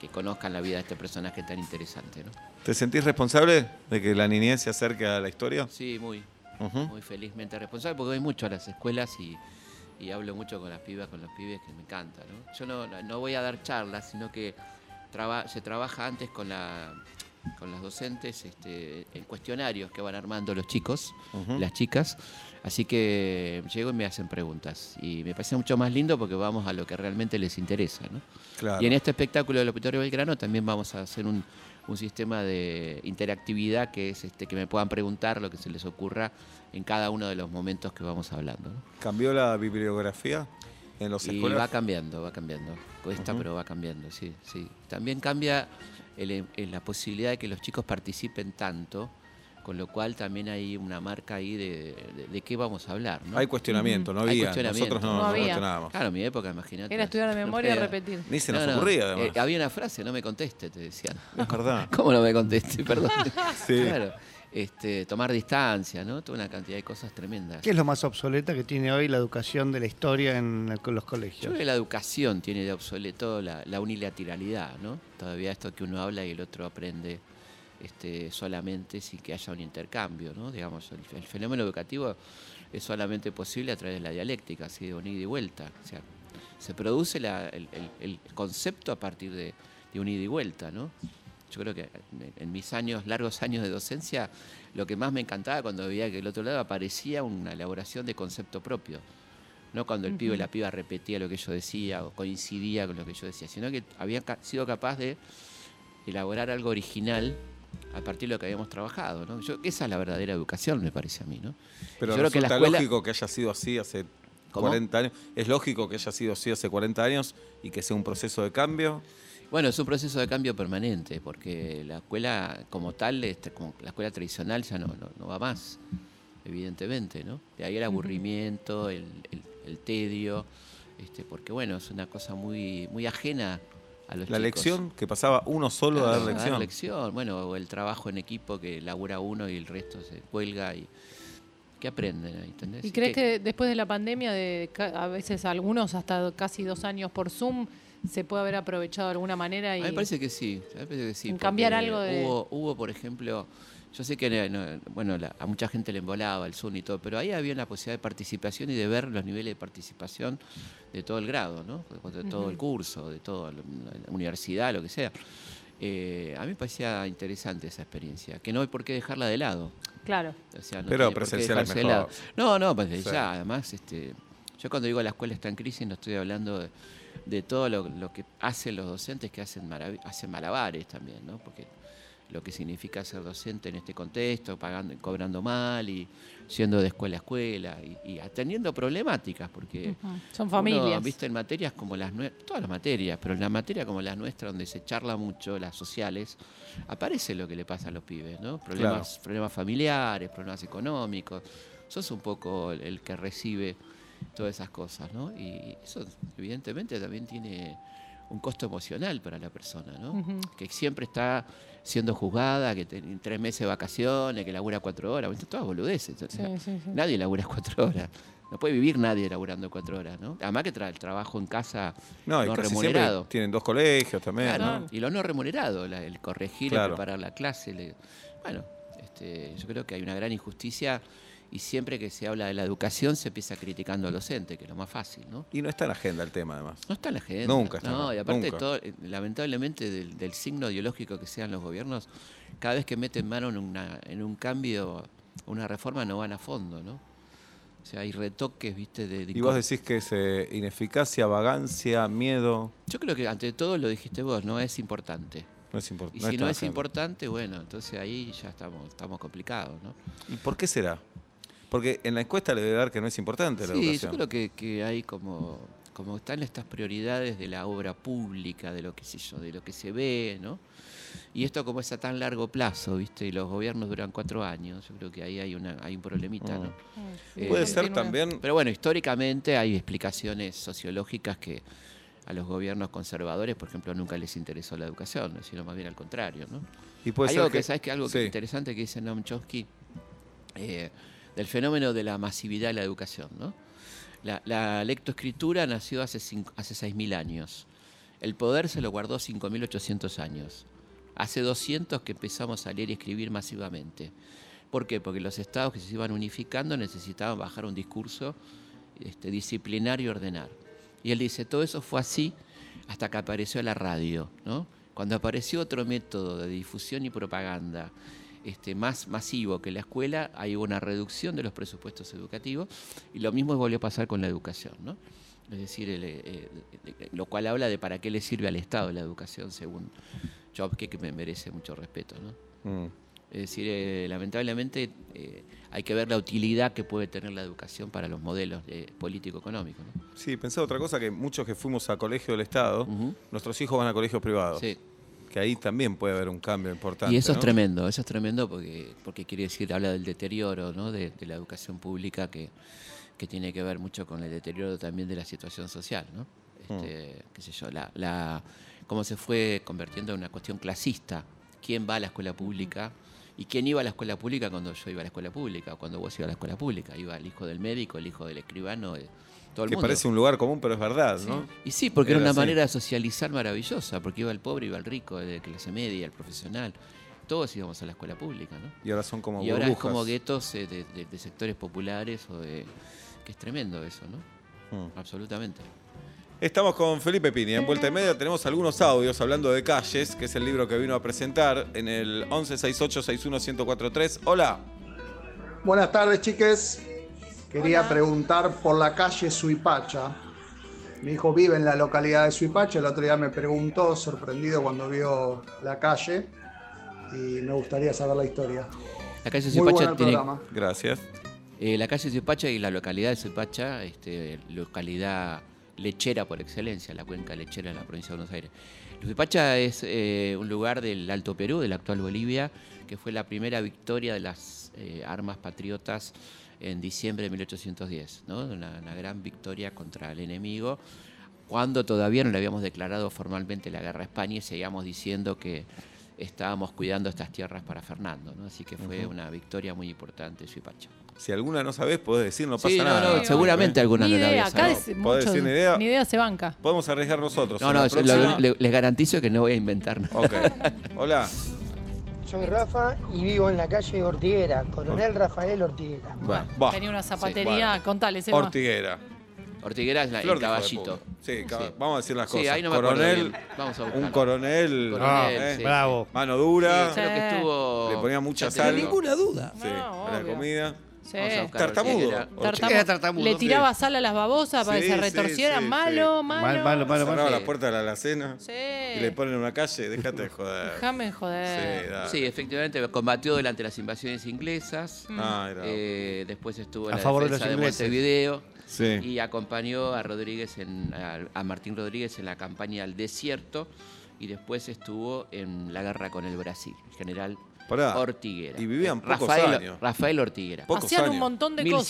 que conozcan la vida de este personaje tan interesante. ¿no? ¿Te sentís responsable de que la niñez se acerque a la historia? Sí, muy, Ujú. muy felizmente responsable porque voy mucho a las escuelas y, y hablo mucho con las pibas, con los pibes, que me encanta. ¿no? Yo no, no voy a dar charlas, sino que traba- se trabaja antes con, la, con las docentes este, en cuestionarios que van armando los chicos, las chicas. Así que llego y me hacen preguntas. Y me parece mucho más lindo porque vamos a lo que realmente les interesa. ¿no? Claro. Y en este espectáculo del Auditorio Belgrano también vamos a hacer un, un sistema de interactividad que es este que me puedan preguntar lo que se les ocurra en cada uno de los momentos que vamos hablando. ¿no? ¿Cambió la bibliografía en los este- Y va escuelas? cambiando, va cambiando. Cuesta, pero va cambiando, sí, sí. También cambia el- eh, el- la posibilidad de que los chicos participen tanto, con lo cual también hay una marca ahí de, de- de qué vamos a hablar. ¿no? Hay cuestionamiento, no Hay había. cuestionamiento. Nosotros no, No no había. cuestionábamos. Claro, en mi época, imagínate. Era estudiar de No memoria y podía- repetir. Ni se nos No, no, ocurría, eh, además. había una frase, no me conteste, te decían. es verdad. ¿Cómo no me conteste? Perdón. Sí. Claro. Este, tomar distancia, ¿no? Toda una cantidad de cosas tremendas. ¿Qué es lo más obsoleta que tiene hoy la educación de la historia en el- con los Yo colegios? creo que la educación tiene de obsoleto la, la unilateralidad, ¿no? Todavía esto que uno habla y el otro aprende este, solamente sin que haya un intercambio, ¿no? Digamos, el, el fenómeno educativo es solamente posible a través de la dialéctica, así de un ida y vuelta. O sea, se produce la- el, el- el concepto a partir de, de un ida y vuelta, ¿no? Yo creo que en- en mis años, largos años de docencia, lo que más me encantaba cuando veía que del otro lado aparecía una elaboración de concepto propio. No cuando el pibe y la piba repetía lo que yo decía o coincidía con lo que yo decía, sino que había ca- sido capaz de elaborar algo original a partir de lo que habíamos trabajado. ¿no? Yo- esa es la verdadera educación, me parece a mí. ¿no? Pero Yo creo que la resulta escuela- lógico que haya sido así hace ¿Cómo? 40 años. Es lógico que haya sido así hace 40 años y que sea un proceso de cambio. Bueno, es un proceso de cambio permanente, porque la escuela como tal, este, como la escuela tradicional ya no, no- no va más, evidentemente, ¿no? De ahí el aburrimiento, el, el- el tedio, este, porque bueno, es una cosa muy, muy ajena a los La chicos. lección que pasaba uno solo a Claro, dar lección. lección, bueno, o el trabajo en equipo que labura uno y el resto se cuelga y ¿Qué aprenden ahí? ¿Entendés? Este, ¿Y crees ¿Qué- que después de la pandemia, de ca- a veces algunos hasta casi dos años por Zoom, se puede haber aprovechado de alguna manera? A Y... mí me parece que sí. a mí me parece que sí, En cambiar porque algo de- Hubo, hubo, por ejemplo, yo sé que eh, no, bueno, la- a mucha gente le embolaba el Zoom y todo, pero ahí había una posibilidad de participación y de ver los niveles de participación de todo el grado, ¿no? Pues, De todo el curso, de toda la la universidad, lo que sea. Eh, a mí me parecía interesante esa experiencia, que no hay por qué dejarla de lado. Claro. O sea, no Pero tiene por qué presencial es dejarse de mejor. lado. No, no, pues desde Sí. ya, además, este, yo cuando digo la escuela está en crisis no estoy hablando de, de todo lo, lo que hacen los docentes que hacen, marav- hacen malabares también, ¿no? Porque lo que significa ser docente en este contexto, pagando, cobrando mal y siendo de escuela a escuela y, y atendiendo problemáticas, porque Son Ah. uno, familias. viste en materias como las nuestras, todas las materias, pero en la materia como las nuestras, donde se charla mucho, las sociales, aparece lo que le pasa a los pibes, ¿no? Problemas, problemas familiares, problemas económicos. Sos un poco el, el que recibe todas esas cosas, ¿no? Y eso evidentemente también tiene un costo emocional para la persona, ¿no? Que siempre está siendo juzgada, que tiene tres meses de vacaciones, que labura cuatro horas, ¿viste? todas boludeces. O sea, Sí, sí, sí. Nadie labura cuatro horas. No puede vivir nadie laburando cuatro horas, ¿no? Además que trae el trabajo en casa No, no, y casi siempre remunerado. tienen dos colegios también. Claro, ¿no? Y lo no remunerado, la- el corregir, Claro. el preparar la clase. le- bueno, este, yo creo que hay una gran injusticia y siempre que se habla de la educación se empieza criticando al docente, que es lo más fácil, ¿no? Y no está en la agenda el tema, además. No está en la agenda. Nunca está, No, y aparte de nunca. todo, eh, lamentablemente, del, del signo ideológico que sean los gobiernos, cada vez que meten mano en, una- en un cambio, una reforma, no van a fondo, ¿no? O sea, hay retoques, ¿viste? De, de Y vos incorpor- decís que es eh, ineficacia, vagancia, miedo. Yo creo que ante todo lo dijiste vos, no es importante. No es importante. Y si no es importante, bueno, entonces ahí ya estamos, estamos complicados, ¿no? ¿Y por qué será? Porque en la encuesta le debe dar que no es importante la Sí, yo educación. creo que, que hay como, como están estas prioridades de la obra pública, de lo que sé yo, de lo que se ve, ¿no? Y esto como es a tan largo plazo, ¿viste? Y los gobiernos duran cuatro años, yo creo que ahí hay, una, hay un problemita, ¿no? Mm. Eh, Puede Sí, ser continúa. también. Pero bueno, históricamente hay explicaciones sociológicas que a los gobiernos conservadores, por ejemplo, nunca les interesó la educación, sino más bien al contrario, ¿no? Y puede Hay ser algo que, sabes que algo que Sí. es interesante que dice Noam Chomsky eh, del fenómeno de la masividad de la educación, ¿no? La, la lectoescritura nació hace, cinco- hace 6.000 años. El poder se lo guardó 5.800 años. Hace 200 que empezamos a leer y escribir masivamente. ¿Por qué? Porque los estados que se iban unificando necesitaban bajar un discurso este, disciplinar y ordenar. Y él dice, todo eso fue así hasta que apareció la radio, ¿no? Cuando apareció otro método de difusión y propaganda este, más masivo que la escuela, hay una reducción de los presupuestos educativos y lo mismo volvió a pasar con la educación, ¿no? Es decir, el, eh, eh, eh, lo cual habla de para qué le sirve al Estado la educación, según Chomsky, que me merece mucho respeto, ¿no? Mm. Es decir, eh, lamentablemente eh, hay que ver la utilidad que puede tener la educación para los modelos eh, político-económicos. ¿no? Sí, pensaba otra cosa que muchos que fuimos a colegio del Estado, Ujú. nuestros hijos van a colegios privados. Sí. Que ahí también puede haber un cambio importante. Y eso es ¿no? tremendo, eso es tremendo porque, porque quiere decir, habla del deterioro ¿no? de, de la educación pública que, que tiene que ver mucho con el deterioro también de la situación social, ¿no? Mm. Este, qué sé yo, la, la- cómo se fue convirtiendo en una cuestión clasista, quién va a la escuela pública y quién iba a la escuela pública cuando yo iba a la escuela pública o cuando vos ibas a la escuela pública, iba el hijo del médico, el hijo del escribano, eh, todo el Que mundo. parece un lugar común, pero es verdad, ¿no? Y sí, porque era, Era una así. manera de socializar maravillosa, porque iba el pobre, iba el rico, el de clase media, el profesional. Todos íbamos a la escuela pública, ¿no? Y ahora son como y ahora es burbujas. como guetos eh, de, de- de sectores populares o de. que es tremendo eso, ¿no? Mm. Absolutamente. Estamos con Felipe Pini. En Vuelta y Media tenemos algunos audios hablando de calles, que es el libro que vino a presentar en el 1168611043. Hola. Buenas tardes, chiques. Quería preguntar por la calle Suipacha. Mi hijo vive en la localidad de Suipacha. El otro día me preguntó, sorprendido, cuando vio la calle. Y me gustaría saber la historia. La calle Muy bueno Suipacha el tiene. programa. Gracias. eh, la calle Suipacha y la localidad de Suipacha, este, localidad lechera por excelencia, la cuenca lechera en la provincia de Buenos Aires. Suipacha es eh, un lugar del Alto Perú, del actual Bolivia, que fue la primera victoria de las eh, armas patriotas en diciembre de 1810, ¿no? una, una gran victoria contra el enemigo cuando todavía no le habíamos declarado formalmente la guerra a España y seguíamos diciendo que estábamos cuidando estas tierras para Fernando, ¿no? Así que fue una victoria muy importante Suipacha. Si alguna no sabés, podés decir, no pasa sí, nada. no, no, seguramente alguna Ni no la idea, había acá sacado. es ¿Podés mucho. decir ni idea? Ni idea se banca. Podemos arriesgar nosotros. No, en la no, yo- próxima. lo- le- les garantizo que no voy a inventar nada. Ok. Hola. Soy Rafa y vivo en la calle Ortiguera, Coronel Oh. Rafael Ortiguera. Bueno, Ah, va. Tenía una zapatería, bueno. contale, Seba. Ortiguera. Ortiguera es la, Flor el de hijo de caballito. puta. Sí, cab- Sí. vamos a decir las Sí, cosas. ahí no me acuerdo coronel, bien. Vamos a buscarlo. un coronel, Coronel, eh, sí. Bravo. mano dura, Sí, creo que estuvo- le ponía mucha ya te sal. digo. duda. Sí, No, a la obvio. comida. Sí. Vamos a buscar Tartamudo. Ortiguera. Tartamudo. Era tartamudo, Le sí. tiraba sal a las babosas para Sí, que se sí, retorcieran. sí, sí. malo, malo. Mal, malo, malo, malo. Cerraba Sí. la puerta de la alacena Sí. y le ponen en una calle. Déjate de joder. Eh. Déjame Sí, joder. dale. Sí, efectivamente combatió durante las invasiones inglesas. Mm. Ah, era- Eh, después estuvo en A la favor de defensa los de, ingleses. Montevideo Sí. y acompañó a Rodríguez en, a, a Martín Rodríguez en la campaña al desierto y después estuvo en la guerra con el Brasil, el general Pará. Ortiguera. Y vivían Eh, pocos Rafael, años. Rafael Ortiguera. Pocos Hacían años. un montón de cosas.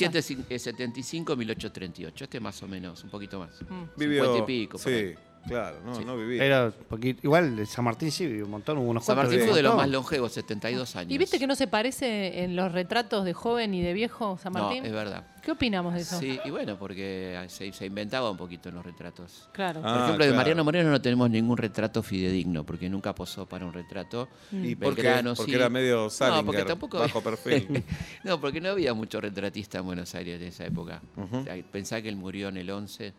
1775-1838, este más o menos, un poquito Mm. más. Vivió. 50 y pico. por ahí. sí, claro, no, no vivía. Era poquito- igual de San Martín sí vivió un montón, hubo unos San cuantos Martín que fue de los montón. más longevos, 72 años. Ah, ¿Y viste que no se parece en los retratos de joven y de viejo San No, Martín? es verdad. ¿Qué opinamos de eso? Sí, y bueno, porque se, se inventaba un poquito en los retratos. Claro. Ah, Por ejemplo, de claro. Mariano Moreno no tenemos ningún retrato fidedigno, porque nunca posó para un retrato. Mm. ¿Y por qué? Belgrano, Mm. Porque sí. era medio Salinger, No, porque tampoco... bajo perfil. no, porque no había mucho retratista en Buenos Aires en esa época. O sea, Pensá que él murió en el 11,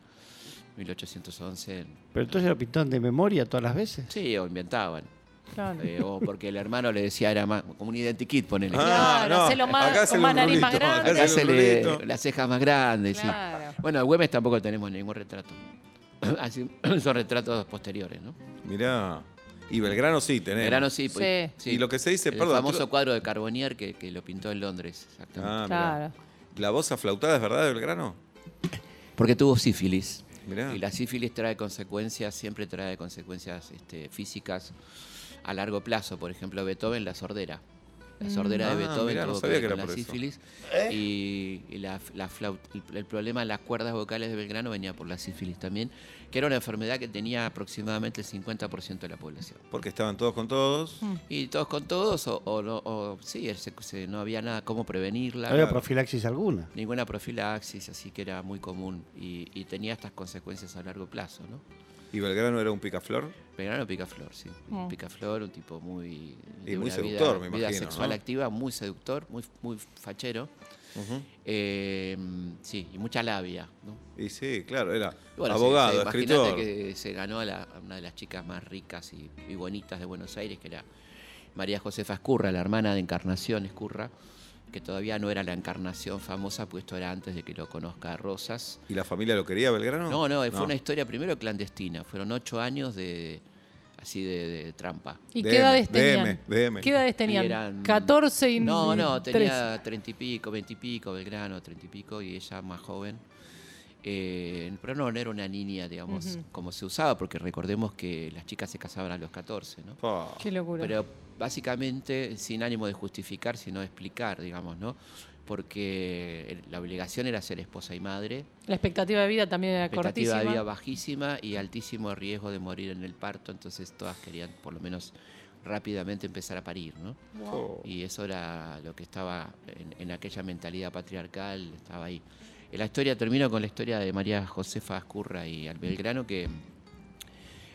1811. Pero entonces lo pintaron de memoria todas las veces. Sí, o inventaban. Claro. Eh, o porque el hermano le decía, era más, como un identikit, ponele. Ah, Claro, hacelo más- acá con hacele más un nariz más rulito, acá grande. Acá hacele se un le- rulito. las cejas más grandes. sí. Claro. Bueno, a Güemes tampoco tenemos ningún retrato. Así, son retratos posteriores, ¿no? Mirá. Y Belgrano sí tenés. Verano sí, pues, Sí. Y lo que se dice, el perdón, famoso creo- cuadro de Carbonier que, que lo pintó en Londres, exactamente. Ah, mirá. Claro. ¿La voz aflautada es verdad de Belgrano? Ah. Porque tuvo sífilis. Mirá. Y la sífilis trae consecuencias, siempre trae consecuencias este, físicas a largo plazo. Por ejemplo, Beethoven, la sordera. La sordera de Ah, Beethoven mirá, no tuvo que sabía ver que con era la por eso. sífilis. Y, y la, la flaut- el, el problema de las cuerdas vocales de Belgrano venía por la sífilis también, que era una enfermedad que tenía aproximadamente el 50% de la población. Porque estaban todos con todos. Mm. Y todos con todos, o, o no, o- sí, se- se- no había nada cómo prevenirla. No había profilaxis alguna. ninguna profilaxis, así que era muy común y, y tenía estas consecuencias a largo plazo, ¿no? ¿Y Belgrano era un picaflor? Belgrano Picaflor, sí. Mm. Picaflor, un tipo muy... Y muy una seductor, me Vida imagino, sexual ¿no? activa, muy seductor, muy, muy fachero. Ujú. Eh, sí, y mucha labia, ¿no? Y sí, claro, era Y bueno, se- abogado, se- imaginate escritor. que se ganó a, la- a una de las chicas más ricas y, y bonitas de Buenos Aires, que era María Josefa Escurra, la hermana de Encarnación Escurra, que todavía no era la Encarnación famosa, pues esto era antes de que lo conozca Rosas. ¿Y la familia lo quería, Belgrano? No, no, fue una historia primero clandestina. Fueron ocho años de así de, de trampa. ¿Y DM, qué edades tenían? DM, DM. ¿Qué edades tenían? Y eran- 14 y No, no, 13. tenía treinta y pico, veinte y pico, Belgrano, treinta y pico, y ella más joven. Eh, pero no, no era una niña, digamos, Ujú. como se usaba, porque recordemos que las chicas se casaban a los 14, ¿no? Pa. Qué locura. Pero básicamente, sin ánimo de justificar, sino de explicar, digamos, ¿no? Porque la obligación era ser esposa y madre, la expectativa de vida también era expectativa cortísima. de vida bajísima y altísimo riesgo de morir en el parto, entonces todas querían por lo menos rápidamente empezar a parir, ¿no? Oh. Y eso era lo que estaba en, en aquella mentalidad patriarcal, estaba ahí. Eh, La historia termina con la historia de María Josefa Ascurra y al Belgrano, que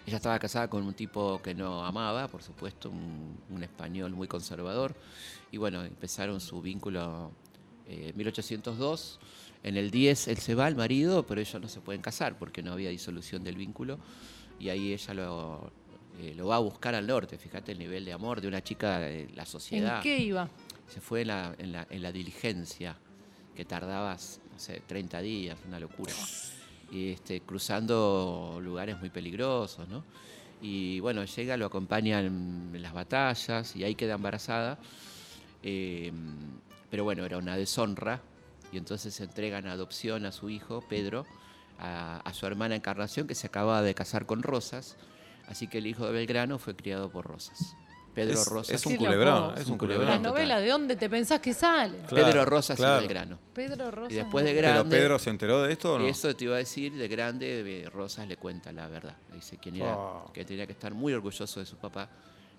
ella estaba casada con un tipo que no amaba, por supuesto, un, un español muy conservador, y bueno, empezaron su vínculo eh, en 1802. En el 10 él se va, el marido, pero ellos no se pueden casar porque no había disolución del vínculo. Y ahí ella lo, eh, lo va a buscar al norte. Fíjate el nivel de amor de una chica de la sociedad. ¿En qué iba? Se fue en la, en la, en la diligencia, que tardabas, no sé, 30 días, una locura. Y este, cruzando lugares muy peligrosos, ¿no? Y bueno, llega, lo acompañan en las batallas y ahí queda embarazada. Eh, pero bueno, era una deshonra. Y entonces se entregan a adopción a su hijo, Pedro, a, a su hermana Encarnación, que se acababa de casar con Rosas. Así que el hijo de Belgrano fue criado por Rosas. Pedro Es, Rosas. es un Qué loco. culebrón, es Es un culebrón. un Claro, Las culebrón. total. novelas, ¿de dónde te pensás que salen? Claro, Pedro Rosas claro. y Belgrano. Pedro Rosa. Y después de ¿Pero grande. Pedro se enteró de esto o no? Eso te iba a decir, de grande, eh, Rosas le cuenta la verdad. Le dice quién era, Oh. que tenía que estar muy orgulloso de su papá,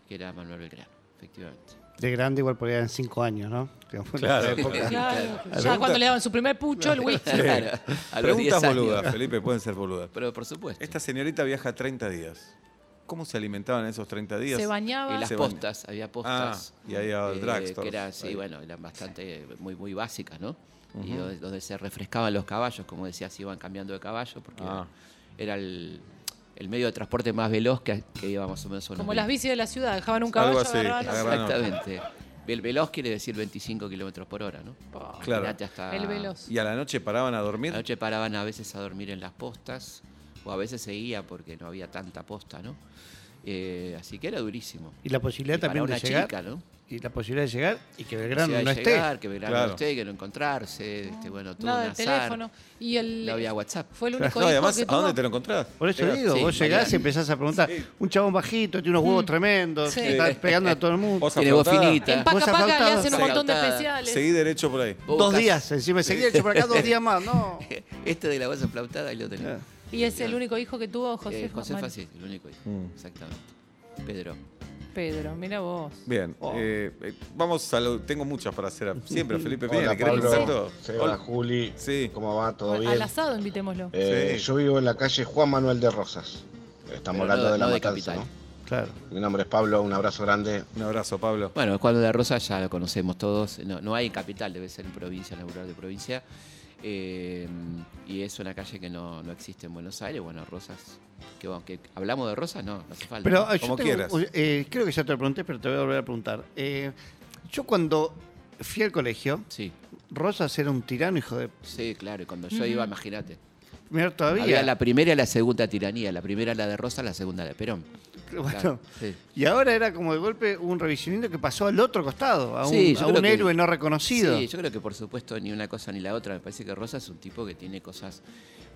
que era Manuel Belgrano, efectivamente. De grande igual por ahí eran cinco años, ¿no? Que fue una Claro. época. Claro. Pregunta- Ya cuando le daban su primer pucho, el whisky. Claro, a los 10 Preguntas años. boludas, Felipe, pueden ser boludas. Pero por supuesto. Esta señorita viaja 30 días. ¿Cómo se alimentaban en esos 30 días? Se bañaba. Y las Se baña. postas, había postas. eh, Ah, y había drugstores Que eran, sí, ahí. bueno, eran bastante, eh, muy, muy básicas, ¿no? Y donde, donde se refrescaban los caballos, como decías, iban cambiando de caballo, porque Ah. era, era el, el medio de transporte más veloz que, que iba más o menos a unos Como las 20. bicis de la ciudad, dejaban un caballo, Algo así, agarraban otro. agarraban otro. Exactamente. El veloz quiere decir 25 kilómetros por hora, ¿no? Claro. Imagínate hasta El veloz. ¿Y a la noche paraban a dormir? La noche paraban a veces a dormir en las postas, o a veces seguía porque no había tanta posta, ¿no? Eh, así que era durísimo. Y la posibilidad Y para también una de llegar. chica, ¿no? Y la posibilidad de llegar y que Belgrano Posibilidad no de esté. llegar, que Belgrano Claro. no esté, que no encontrarse, este, bueno, todo Nada un del azar. teléfono. Y el, No había WhatsApp. Fue el No, y único hijo además, que ¿a tuvo. dónde te lo encontrás? Por eso Llegás- digo, sí, vos llegás Mariano. y empezás a preguntar, Sí. un chabón bajito, tiene unos huevos tremendos, Sí. que está pegando a todo el mundo. Osa Tiene voz afrontada. finita. En Vos Paca Paca le afrontado. hacen un Sí. montón de Afrontada. especiales. Seguí derecho por ahí. Vos Dos buscás días, encima seguía yo por acá dos días más, no. Este de la voz aplautada y lo tenemos. Y es el único hijo que tuvo José, Eh, José Juan- Facil, el único hijo. Exactamente. Pedro. Pedro, mira vos. Bien, Oh. eh, eh, vamos a lo- Tengo muchas para hacer a- siempre, Felipe Piña. Hola ¿Le querés preguntar todo? Pablo, Seba, Hola. Juli, Sí. ¿cómo va? ¿Todo Al bien? asado invitémoslo. Eh, Sí. Yo vivo en la calle Juan Manuel de Rosas. Estamos Pero hablando no- de la no de matanza, Capital. ¿no? Claro. Mi nombre es Pablo, un abrazo grande. Un abrazo, Pablo. Bueno, Juan de la Rosa ya lo conocemos todos. No, no hay en capital, debe ser en provincia, en algún lugar de provincia. Eh, y es una calle que no, no existe en Buenos Aires. Bueno, Rosas. Que, bueno, que hablamos de Rosas, no, no hace falta. Pero ¿no? ah, yo Como tengo- quieras. eh, creo que ya te lo pregunté, pero te voy a volver a preguntar. Eh, yo cuando fui al colegio, Sí, Rosas era un tirano, hijo de... sí, claro. Y cuando yo iba, imagínate. Mira, todavía... Había la primera y la segunda tiranía. La primera la de Rosa, la segunda la de Perón. Bueno, Claro, sí. Y ahora era como de golpe un revisionismo que pasó al otro costado, a un, Sí, yo a creo un que- héroe no reconocido. Sí, yo creo que por supuesto ni una cosa ni la otra. Me parece que Rosa es un tipo que tiene cosas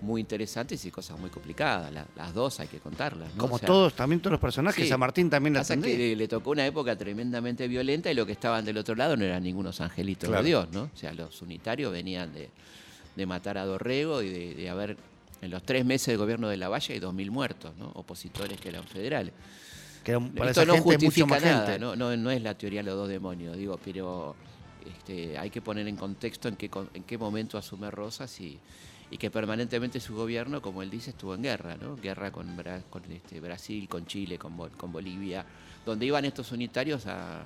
muy interesantes y cosas muy complicadas. La- las dos hay que contarlas. ¿no? como O sea, todos, también todos los personajes, sí. a Martín también la Pasa que atendí. le, le tocó una época tremendamente violenta y lo que estaban del otro lado no eran ningunos angelitos Claro. de Dios, ¿no? O sea, los unitarios venían de, de matar a Dorrego y de, de haber, en los tres meses del gobierno de la Valle, hay 2.000 muertos, ¿no? Opositores que eran federales. Que era un- para Esto esa no gente es mucho justifica más nada, gente. No, no, no es la teoría de los dos demonios, digo, pero este, hay que poner en contexto en qué, con- en qué momento asume Rosas y, y que permanentemente su gobierno, como él dice, estuvo en guerra, ¿no? Guerra con, Bra- con este, Brasil, con Chile, con, Bol- con Bolivia, donde iban estos unitarios a,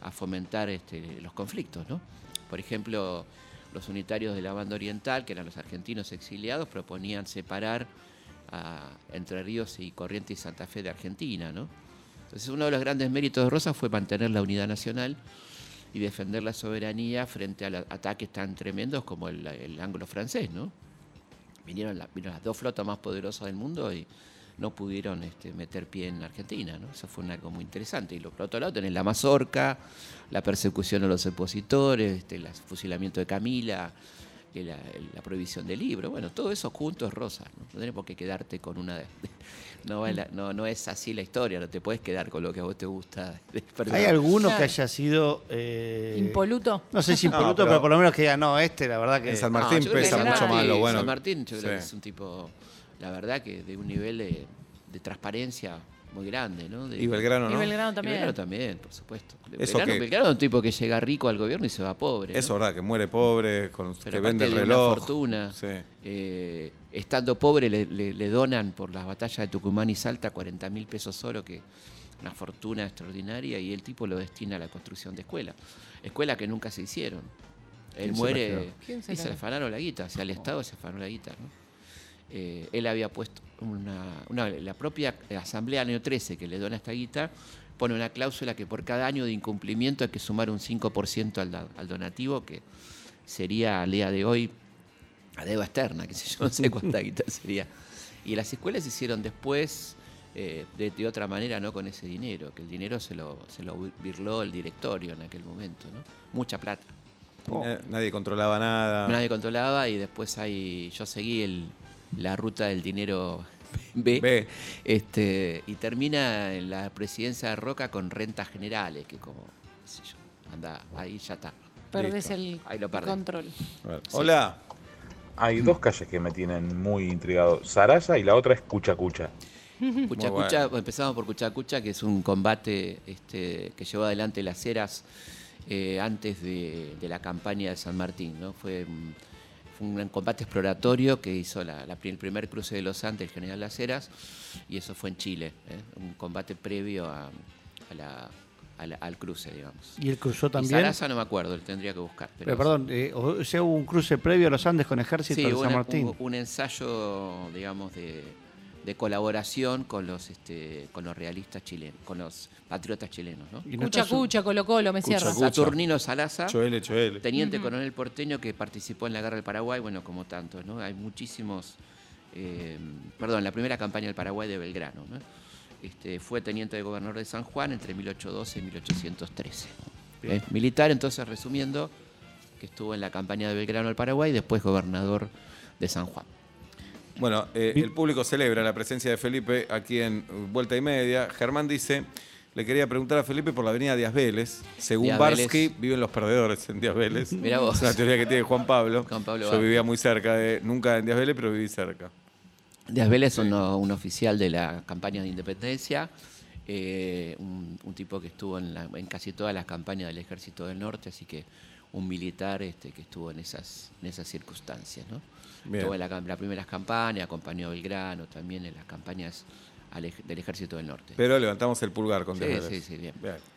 a fomentar este, los conflictos, ¿no? Por ejemplo, los unitarios de la banda oriental, que eran los argentinos exiliados, proponían separar a Entre Ríos y Corrientes y Santa Fe de Argentina, ¿no? Entonces uno de los grandes méritos de Rosas fue mantener la unidad nacional y defender la soberanía frente a los ataques tan tremendos como el, el anglo-francés, ¿no? Vinieron, la- vinieron las dos flotas más poderosas del mundo y no pudieron este, meter pie en Argentina, ¿no? Eso fue un algo muy interesante. Y lo- por otro lado tenés la mazorca, la persecución a los opositores, este, el fusilamiento de Camila, que la, la prohibición del libro. Bueno, todo eso junto es Rosas. No, no tenés por qué quedarte con una de... No, va la- no, no es así la historia, no te puedes quedar con lo que a vos te gusta. Perdón. Hay alguno Claro. que haya sido... eh, Impoluto. No sé si No, impoluto, pero- pero, por lo menos que diga, no, este la verdad que... En San No, Martín yo creo que pesa San mucho Martín- más lo bueno. San Martín yo creo que Sí. es un tipo, la verdad que de un nivel de, de transparencia muy grande, ¿no? De- Y Belgrano, Y ¿no? Belgrano Y también. Belgrano también, por supuesto. Eso Belgrano, que- Belgrano es un tipo que llega rico al gobierno y se va pobre. ¿no? Es verdad, que muere pobre, con, Pero que aparte vende el de una reloj. fortuna. Sí. Eh, estando pobre, le, le- le donan por las batallas de Tucumán y Salta 40 mil pesos oro, que una fortuna extraordinaria, y el tipo lo destina a la construcción de escuelas. Escuelas que nunca se hicieron. Él muere ¿Quién se y la se le quedó? afanaron la guita, o sea, el Estado se afanó la guita. ¿no? Eh, él había puesto una, una- La propia Asamblea Año 13 que le dona esta guita pone una cláusula que por cada año de incumplimiento hay que sumar un 5% al, da- al donativo, que sería al día de hoy a deuda externa, que sé yo, no sé cuánta guita sería. Y las escuelas se hicieron después eh, de, de otra manera, no con ese dinero, que el dinero se lo, se lo virló el directorio en aquel momento, ¿no? Mucha plata. Eh, Nadie controlaba nada. Nadie controlaba y después ahí yo seguí el- la ruta del dinero B, Ve, Este, y termina en la presidencia de Roca con rentas generales, que como, qué sé yo, anda, ahí ya está. Perdés Listo. el Ahí lo perdés. control. Hola. Hay dos calles que me tienen muy intrigado, Saraya y la otra es Cuchacucha. Cuchacucha, empezamos por Cuchacucha, que es un combate este, que llevó adelante las eras eh, antes de, de la campaña de San Martín. ¿no? Fue, un- fue un combate exploratorio que hizo la- la pri- el primer cruce de los Andes, el general Las Heras, y eso fue en Chile, ¿eh? un combate previo a- a la- a la- al cruce, digamos. ¿Y él cruzó Y también? Sarasa no me acuerdo, lo tendría que buscar. Pero, Pero, perdón, eh, o sea, hubo un cruce previo a los Andes con ejército sí, de hubo San una- Martín. hubo un ensayo, digamos, de, de colaboración con los, este, con los realistas chilenos, con los patriotas chilenos, ¿no? Y no Cucha, está su- cucha, colo, colo, me cierra. Cucha. Saturnino Salazar, Choele, choele. teniente coronel porteño que participó en la guerra del Paraguay, bueno, como tantos, ¿no? Hay muchísimos, eh, perdón, la primera campaña del Paraguay de Belgrano, ¿no? Este, fue teniente de gobernador de San Juan entre 1812 y 1813. ¿Eh? Militar, entonces, resumiendo, que estuvo en la campaña de Belgrano al Paraguay y después gobernador de San Juan. Bueno, eh, el público celebra la presencia de Felipe aquí en Vuelta y Media. Germán dice, le quería preguntar a Felipe por la avenida Díaz Vélez. Según Díaz Vélez. Barsky, viven los perdedores en Díaz Vélez. Mirá vos. Es una teoría que tiene Juan Pablo. Juan Pablo Yo Barsky. vivía muy cerca, de, nunca en Díaz Vélez, pero viví cerca. Díaz Vélez es uno- un oficial de la campaña de independencia, eh, un, un tipo que estuvo en, la- en casi todas las campañas del Ejército del Norte, así que un militar este, que estuvo en esas, en esas circunstancias. ¿no? Bien. Estuvo en la- las primeras campañas, acompañó a Belgrano también en las campañas al ej- del Ejército del Norte. Pero levantamos el pulgar con Sí, Díaz Vélez. sí, sí, bien.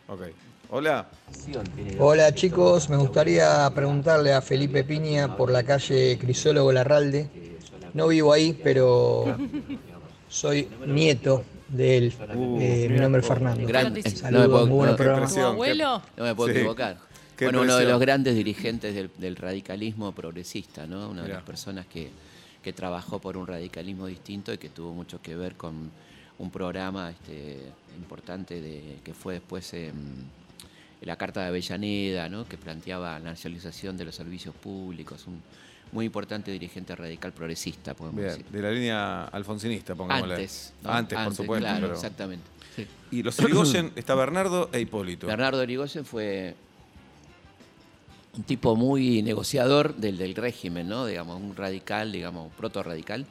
ok. Hola. Hola chicos, me gustaría preguntarle a Felipe Piña por la calle Crisólogo Larralde. No vivo ahí, pero soy nieto de él. Uh, Eh, mi nombre es Fernando. Grande. Saludos, No me puedo- muy buen no- programa. ¿Tu abuelo? No me puedo Sí. equivocar. Qué bueno, uno de impresión. los grandes dirigentes del, del radicalismo progresista, ¿no? Una de Mirá. las personas que, que trabajó por un radicalismo distinto y que tuvo mucho que ver con un programa este, importante de, que fue después em, la Carta de Avellaneda, ¿no? Que planteaba la nacionalización de los servicios públicos. Un muy importante dirigente radical progresista, podemos Bien, decir. de la línea alfonsinista, pongámosle. Antes, ¿no? Antes, por supuesto. Claro, pero- exactamente. Sí. Y los Irigoyen está Bernardo e Hipólito. Bernardo Erigoyen fue un tipo muy negociador del, del régimen, ¿no? Digamos, un radical, digamos, proto-radical,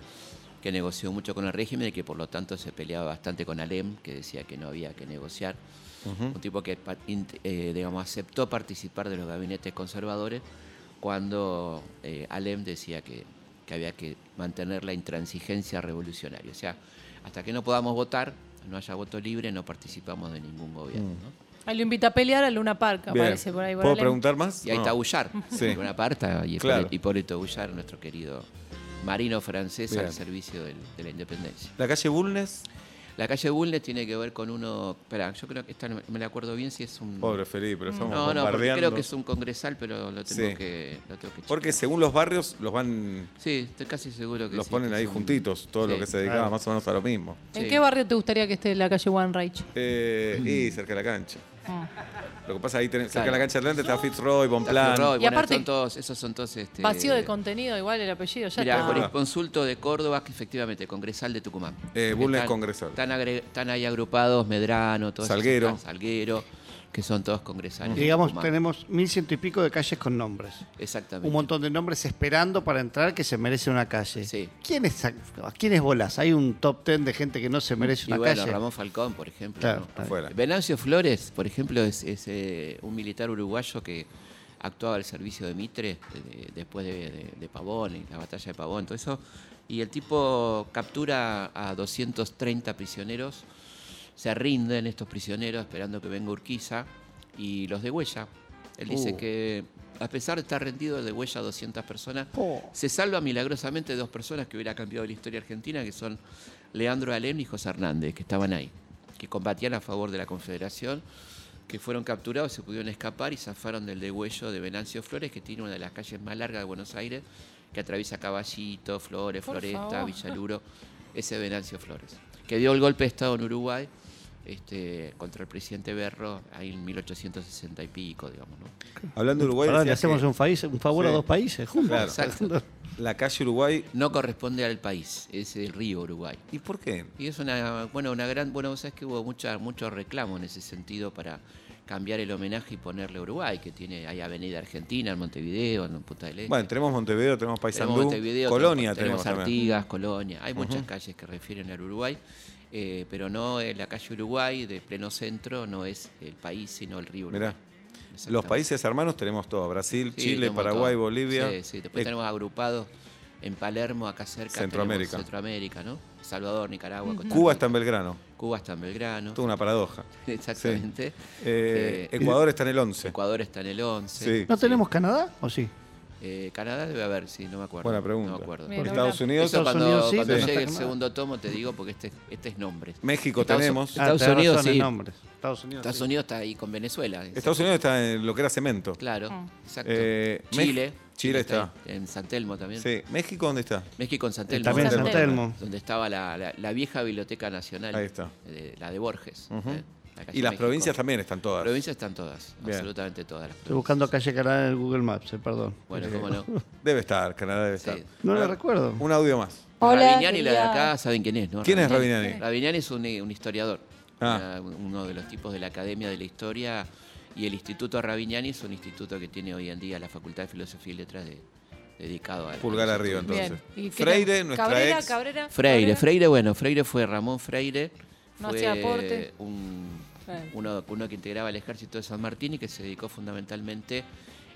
que negoció mucho con el régimen y que por lo tanto se peleaba bastante con Alem, que decía que no había que negociar. Un tipo que pa- int- eh, digamos, aceptó participar de los gabinetes conservadores cuando eh, Alem decía que, que había que mantener la intransigencia revolucionaria. O sea, hasta que no podamos votar, no haya voto libre, no participamos de ningún gobierno. ¿no? Ahí lo invita a pelear a Luna Parca, Bien. parece por ahí. por ¿Puedo Alem. preguntar más? Y ahí No. está Bullard, Sí. por una parte, y Hipólito- Claro. Hipólito Bullard, nuestro querido marino francés Bien. al servicio del- de la independencia. La calle Bulnes. La calle Bulnes tiene que ver con uno. Espera, yo creo que esta no me la acuerdo bien si es un. Pobre Felipe, lo estamos Mm. no, no, porque bombardeando. creo que es un congresal, pero lo tengo Sí. que. Lo tengo que Porque según los barrios los van Sí, estoy casi seguro que los sí, ponen que ahí son- juntitos, todo lo Sí. que se dedicaba más o menos a lo mismo. ¿En Sí. qué barrio te gustaría que esté la calle One Reich? Eh, Y cerca de la cancha. Lo que pasa ahí tenés- cerca de la Ah. Claro. cancha adelante está Fitzroy, Bonplan. Ferro, Y bueno, aparte- son todos, esos son todos este, Vacío de contenido, igual el apellido ya Mira, está. jurisconsulto de Córdoba, que efectivamente, congresal de Tucumán. Ah. Eh, Bulnes Están- congresal. Están, agre- están ahí agrupados Medrano, todos esos Salguero. están, Salguero, que son todos congresales. de Digamos, Tucumán. tenemos mil ciento y pico de calles con nombres. Exactamente. Un montón de nombres esperando para entrar que se merece una calle. Sí. ¿Quién es, a quiénes volás? Hay un top ten de gente que no se merece Y una bueno, calle. Ramón Falcón, por ejemplo. Claro, ¿no? está bien. Afuera. Venancio Flores, por ejemplo, es, es, eh, un militar uruguayo que actuaba al servicio de Mitre eh, después de, de- de Pavón, y la batalla de Pavón, todo eso. Y el tipo captura a 230 prisioneros, se rinden estos prisioneros esperando que venga Urquiza y los de huella. Él Uh. dice que a pesar de estar rendido de huella 200 personas, se salva milagrosamente dos personas que hubiera cambiado la historia argentina, que son Leandro Alem y José Hernández, que estaban ahí, que combatían a favor de la Confederación, que fueron capturados, se pudieron escapar y zafaron del degüello de Venancio Flores, que tiene una de las calles más largas de Buenos Aires, que atraviesa Caballito, Flores, Por Floresta, favor. Villaluro, ese Venancio Flores, que dio el golpe de Estado en Uruguay. Este, contra el presidente Berro, ahí en 1860 y pico, digamos, ¿no? Hablando de Uruguay, Perdón, le decías hacemos que un, país- un favor a Sí. dos países juntos. Claro. Exacto. la calle Uruguay. No corresponde al país, es el río Uruguay. ¿Y por qué? Y es una, bueno, una gran, bueno, vos sabés que hubo mucha, mucho reclamo en ese sentido para cambiar el homenaje y ponerle Uruguay, que tiene, hay Avenida Argentina, en Montevideo, en Punta del Este. Bueno, tenemos Montevideo, tenemos Tenemos Paysandú, Montevideo, Colonia tenemos, tenemos, también. Artigas, Colonia. Hay muchas calles que refieren al Uruguay eh, pero no en la calle Uruguay, de pleno centro, no es el país, sino el río Uruguay. Mirá. Los países hermanos tenemos todo. Brasil, Sí, Chile, tenemos Paraguay, todo. Bolivia. Sí, sí. Después Eh, tenemos agrupados en Palermo, acá cerca. tenemos Centroamérica. Centroamérica, ¿no? Salvador, Nicaragua. Costa Cuba Rica. está en Belgrano. Cuba está en Belgrano. Toda una paradoja. Exactamente. Eh, Eh, Ecuador está en el 11. Ecuador está en el 11. Sí. ¿No tenemos Canadá o sí? Eh, Canadá debe haber, sí, no me acuerdo. Buena pregunta. No me acuerdo. Mira, Estados ahora- Unidos. Eso Estados cuando, Unidos sí, cuando pero no llegue está el Canadá. segundo tomo te digo porque este, este es nombre. México Estados- tenemos. Ah, Estados tenés Unidos, razón en sí. nombres. Estados Unidos. Estados sí. Unidos está ahí con Venezuela. Estados Unidos está en lo que era cemento. Claro, Ah. Mm. exacto. Eh, Mex- Chile. Chile está. ahí, En San Telmo también. Sí. ¿México dónde está? México en San Telmo. También San San Telmo. Donde estaba la, la- la vieja Biblioteca Nacional. Ahí está. de- la de Borges. Ujú. eh, la calle Y las México. provincias también están Las todas. provincias están todas, Bien. absolutamente todas. las Estoy buscando provincias. calle Canadá en el Google Maps, eh, perdón. Bueno, cómo no. Debe estar, Canadá debe Sí. estar. No A la ver, recuerdo. Un audio más. Rabiniani, Pues la de acá, saben quién es, ¿no? ¿Quién es Rabinani? Rabiniani es un, eh, un historiador, Ah. una- uno de los tipos de la Academia de la Historia y el Instituto Rabiniani es un instituto que tiene hoy en día la Facultad de Filosofía y Letras de- dedicado a... Pulgar a- arriba, entonces. Bien. ¿Y qué Freire, tal? nuestra Cabrera, ex. Cabrera, Freire, Cabrera. Freire, bueno, Freire fue Ramón Freire, No fue hacía aporte. un- Claro. uno, uno que integraba el ejército de San Martín y que se dedicó fundamentalmente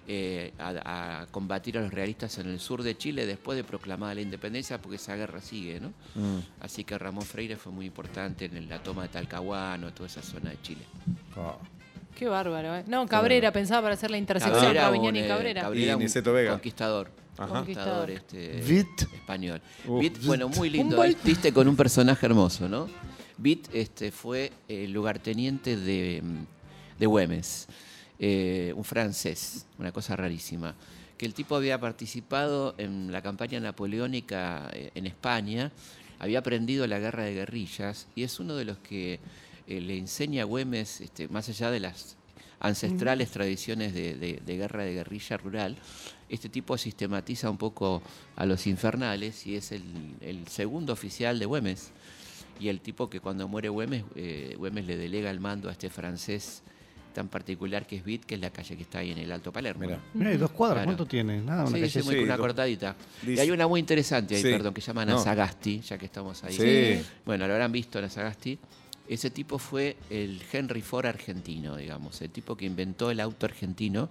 eh, a, a combatir a los realistas en el sur de Chile después de proclamada la independencia, porque esa guerra sigue, ¿no? Mm. Así que Ramón Freire fue muy importante en la toma de Talcahuano, toda esa zona de Chile. Ah. Qué bárbaro, ¿eh? No, Cabrera, pensaba para hacer la intersección Cabrera, Raviñani un, y eh, Cabrera. Cabrera, Y un Niceto Vega. Conquistador. Ajá. Conquistador Conquistador. este, Vit. español. Uf, Vit, bueno, muy lindo. Un gol. Viste con un personaje hermoso, ¿no? Vit este, fue el lugarteniente de, mm, de Güemes, eh, un francés, una cosa rarísima. Que el tipo había participado en la campaña napoleónica eh, en España, había aprendido la guerra de guerrillas y es uno de los que eh, le enseña a Güemes, este, más allá de las ancestrales Mm. tradiciones de, de- de guerra de guerrilla rural, este tipo sistematiza un poco a los infernales y es el, el segundo oficial de Güemes. Y el tipo que cuando muere Güemes, eh, Güemes le delega el mando a este francés tan particular que es Bit, que es la calle que está ahí en el Alto Palermo. Mirá. Mirá, y dos cuadras, Claro. ¿cuánto tiene? Nada, Ah, una Sí, calle sí, muy- sí, una do- cortadita. Y dice- hay una muy interesante ahí, Sí. perdón, que se llama No. Nazagasti, ya que estamos ahí. Sí. Bueno, lo habrán visto Nazagasti. Ese tipo fue el Henry Ford argentino, digamos, el tipo que inventó el auto argentino,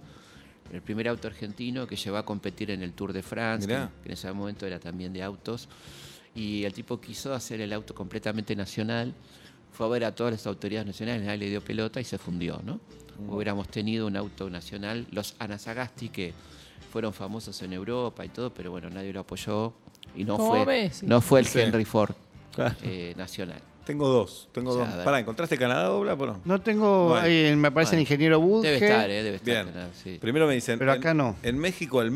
el primer auto argentino que llevó a competir en el Tour de France, que, Mirá. que en ese momento era también de autos. Y el tipo quiso hacer el auto completamente nacional, fue a ver a todas las autoridades nacionales, nadie le dio pelota y se fundió, ¿no? Hubiéramos tenido un auto nacional, los Anasagasti, que fueron famosos en Europa y todo, pero bueno, nadie lo apoyó y no, Como fue, Messi. no fue el Sí. Henry Ford Claro. eh, nacional. Tengo dos, tengo O sea, a dos. ver. Pará, ¿encontraste Canadá dobla o no? No tengo, Bueno. ahí me aparece Bueno. el ingeniero Budge. Debe estar, eh, debe estar. Bien. claro, sí. Primero me dicen. Pero en- acá no. En México, al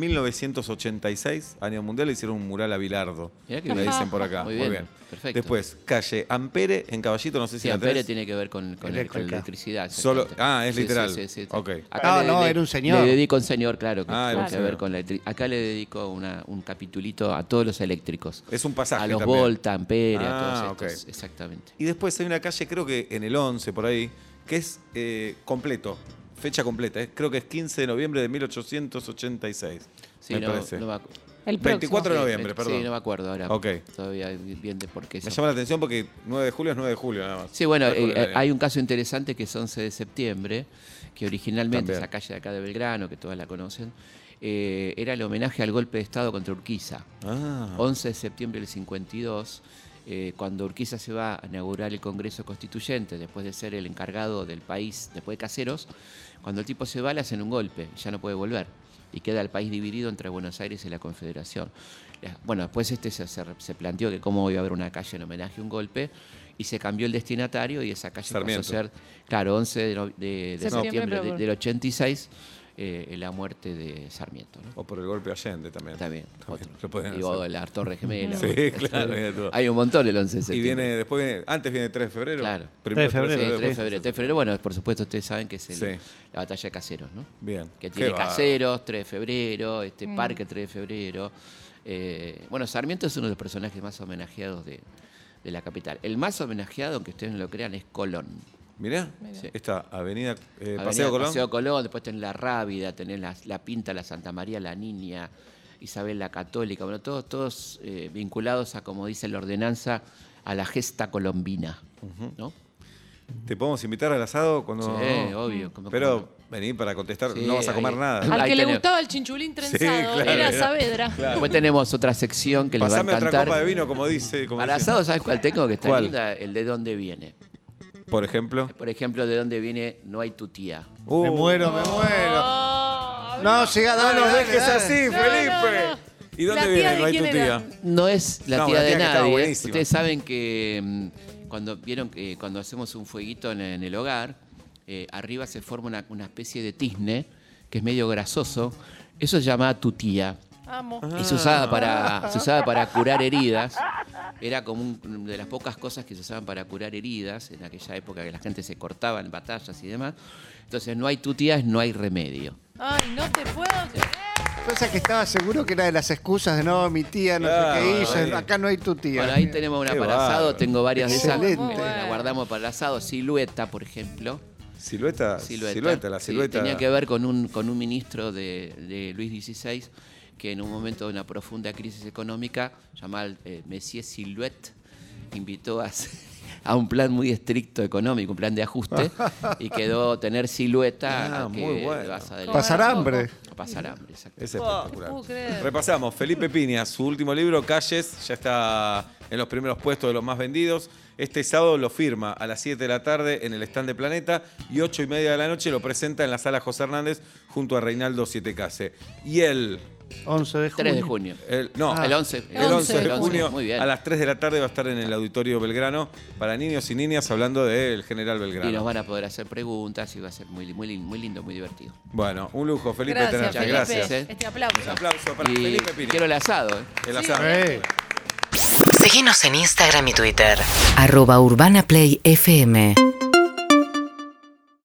1986, año mundial, le hicieron un mural a Bilardo. Mirá que me bien. dicen por acá. Muy Muy bien, bien. perfecto. Después, calle Ampere en Caballito, no sé si Sí, la Ampere tenés. tiene que ver con, con, Eléctrica. con electricidad. Solo- exactamente. ah, es Sí, sí, literal. sí, sí, sí. Ok. Ah, no, le- era un señor. Le dedico un señor, claro, que Ah, tiene era un que ver señor. con la electric- Acá le dedico una- un capitulito a todos los eléctricos. Es un pasaje. a los también. Volta, Ampere, a Ah, todos estos. ok. Exactamente. Y después hay una calle, creo que en el 11, por ahí, que es eh, completo. Fecha completa, eh. creo que es 15 de noviembre de 1886. Sí, me no, parece. no me ac- El próximo. 24 de noviembre, sí, perdón. Sí, no me acuerdo ahora. Ok. Todavía bien de por qué. Me son. llama la atención porque 9 de julio es 9 de julio nada más. Sí, bueno, No recuerdo eh, el año. hay un caso interesante que es 11 de septiembre, que originalmente También. esa calle de acá de Belgrano, que todas la conocen, eh, era el homenaje al golpe de Estado contra Urquiza. Ah. 11 de septiembre del 52, eh, cuando Urquiza se va a inaugurar el Congreso Constituyente, después de ser el encargado del país, después de Caseros, cuando el tipo se va le hacen un golpe, ya no puede volver, y queda el país dividido entre Buenos Aires y la Confederación. La- Bueno, después este se, se- se planteó que cómo iba a haber una calle en homenaje a un golpe, y se cambió el destinatario y esa calle Sarmiento. pasó a ser, claro, 11 de, no- de- de Septiembre, septiembre de- pero- del 86, eh, la muerte de Sarmiento. ¿no? O por el golpe de Allende también. También. También, otro. lo pueden Digo, hacer. la Torre Gemela. Sí, otro. claro, viene todo. Hay un montón el 11 de Y septiembre. viene, después viene, antes viene 3 de febrero. Claro. Primero 3 de Sí, febrero, 3 de febrero. 3 de febrero, bueno, por supuesto ustedes saben que es el- Sí. la batalla de caseros, ¿no? Bien. Qué Que tiene bárbaro. caseros, 3 de febrero, este parque 3 de febrero. Eh, bueno, Sarmiento es uno de los personajes más homenajeados de, de la capital. El más homenajeado, aunque ustedes no lo crean, es Colón. Mirá, Sí. esta avenida, eh, Avenida Paseo Colón. Paseo Colón, después tenés la Rábida, tenés la, la Pinta, la Santa María, la Niña, Isabel la Católica, bueno, todos, todos eh, vinculados a, como dice la ordenanza, a la gesta colombina. ¿no? ¿Te podemos invitar al asado cuando.? Sí, obvio. como- Pero vení para contestar, Sí, no vas a comer ahí. nada. Ah, Al Ahí que le tenés. gustaba el chinchulín trenzado claro, era era- Saavedra. Después tenemos otra sección que le va a Pasame encantar. otra copa de vino, como dice. Como Para dice. asado, ¿sabes cuál tengo? Que está ¿Cuál? linda, el de dónde viene. Por ejemplo. Por ejemplo, de dónde viene No hay tu tía. Me Uh, muero, me muero. Oh, No, llega, No dale, nos dale, dejes dale. así, Felipe. ¿Y La dónde tía viene? de No hay tu quién era. tía. No es la No, tía la de tía que estaba nadie. ¿eh? buenísima. Ustedes saben que mm, cuando vieron que cuando hacemos un fueguito en, en el hogar, eh, arriba se forma una, una especie de tizne que es medio grasoso. Eso se llama tu tía. Amo. Y se Ah. usaba para, se usaba para curar heridas. Era como un- de las pocas cosas que se usaban para curar heridas en aquella época que la gente se cortaba en batallas y demás. Entonces, no hay tu tía, es no hay remedio. Ay, no te puedo creer. Cosa que estaba seguro que era de las excusas de no, mi tía, no Claro, sé qué hizo, ahí. acá no hay tu tía. Bueno, ahí tenemos una Qué para asado, bárbaro. tengo varias de esas. Excelente. que La Bueno. guardamos para el asado. Silueta, por ejemplo. Silueta, Silueta. silueta, la Sí, silueta. tenía que ver con un, con un ministro de, de Luis XVI que en un momento de una profunda crisis económica, llamado eh, Messier Silhouette, invitó a, hacer- a un plan muy estricto económico, un plan de ajuste, y quedó tener silueta Ah, a que muy bueno. vas a Pasar hambre. a pasar hambre. exacto. Es No puedo espectacular. creer. Repasamos, Felipe Piña, su último libro, Calles, ya está en los primeros puestos de los más vendidos. Este sábado lo firma a las 7 de la tarde en el stand de Planeta y 8 y media de la noche lo presenta en la sala José Hernández junto a Reinaldo Siete Case. Y él, 11 de junio. 3 de junio. el- no, Ah, el 11. el 11 de El 11, junio muy bien. a las 3 de la tarde va a estar en el Auditorio Belgrano para niños y niñas hablando del general Y nos Belgrano. van a poder hacer preguntas y va a ser muy, muy, lin- muy lindo, muy divertido. Bueno, un lujo, Felipe, Gracias, tenerte. Felipe. Gracias. Gracias. Este aplauso. Un aplauso para y Felipe Piña. quiero el asado. ¿eh? El azar. Eh. Seguinos en Instagram y Twitter. Arroba Urbana Play FM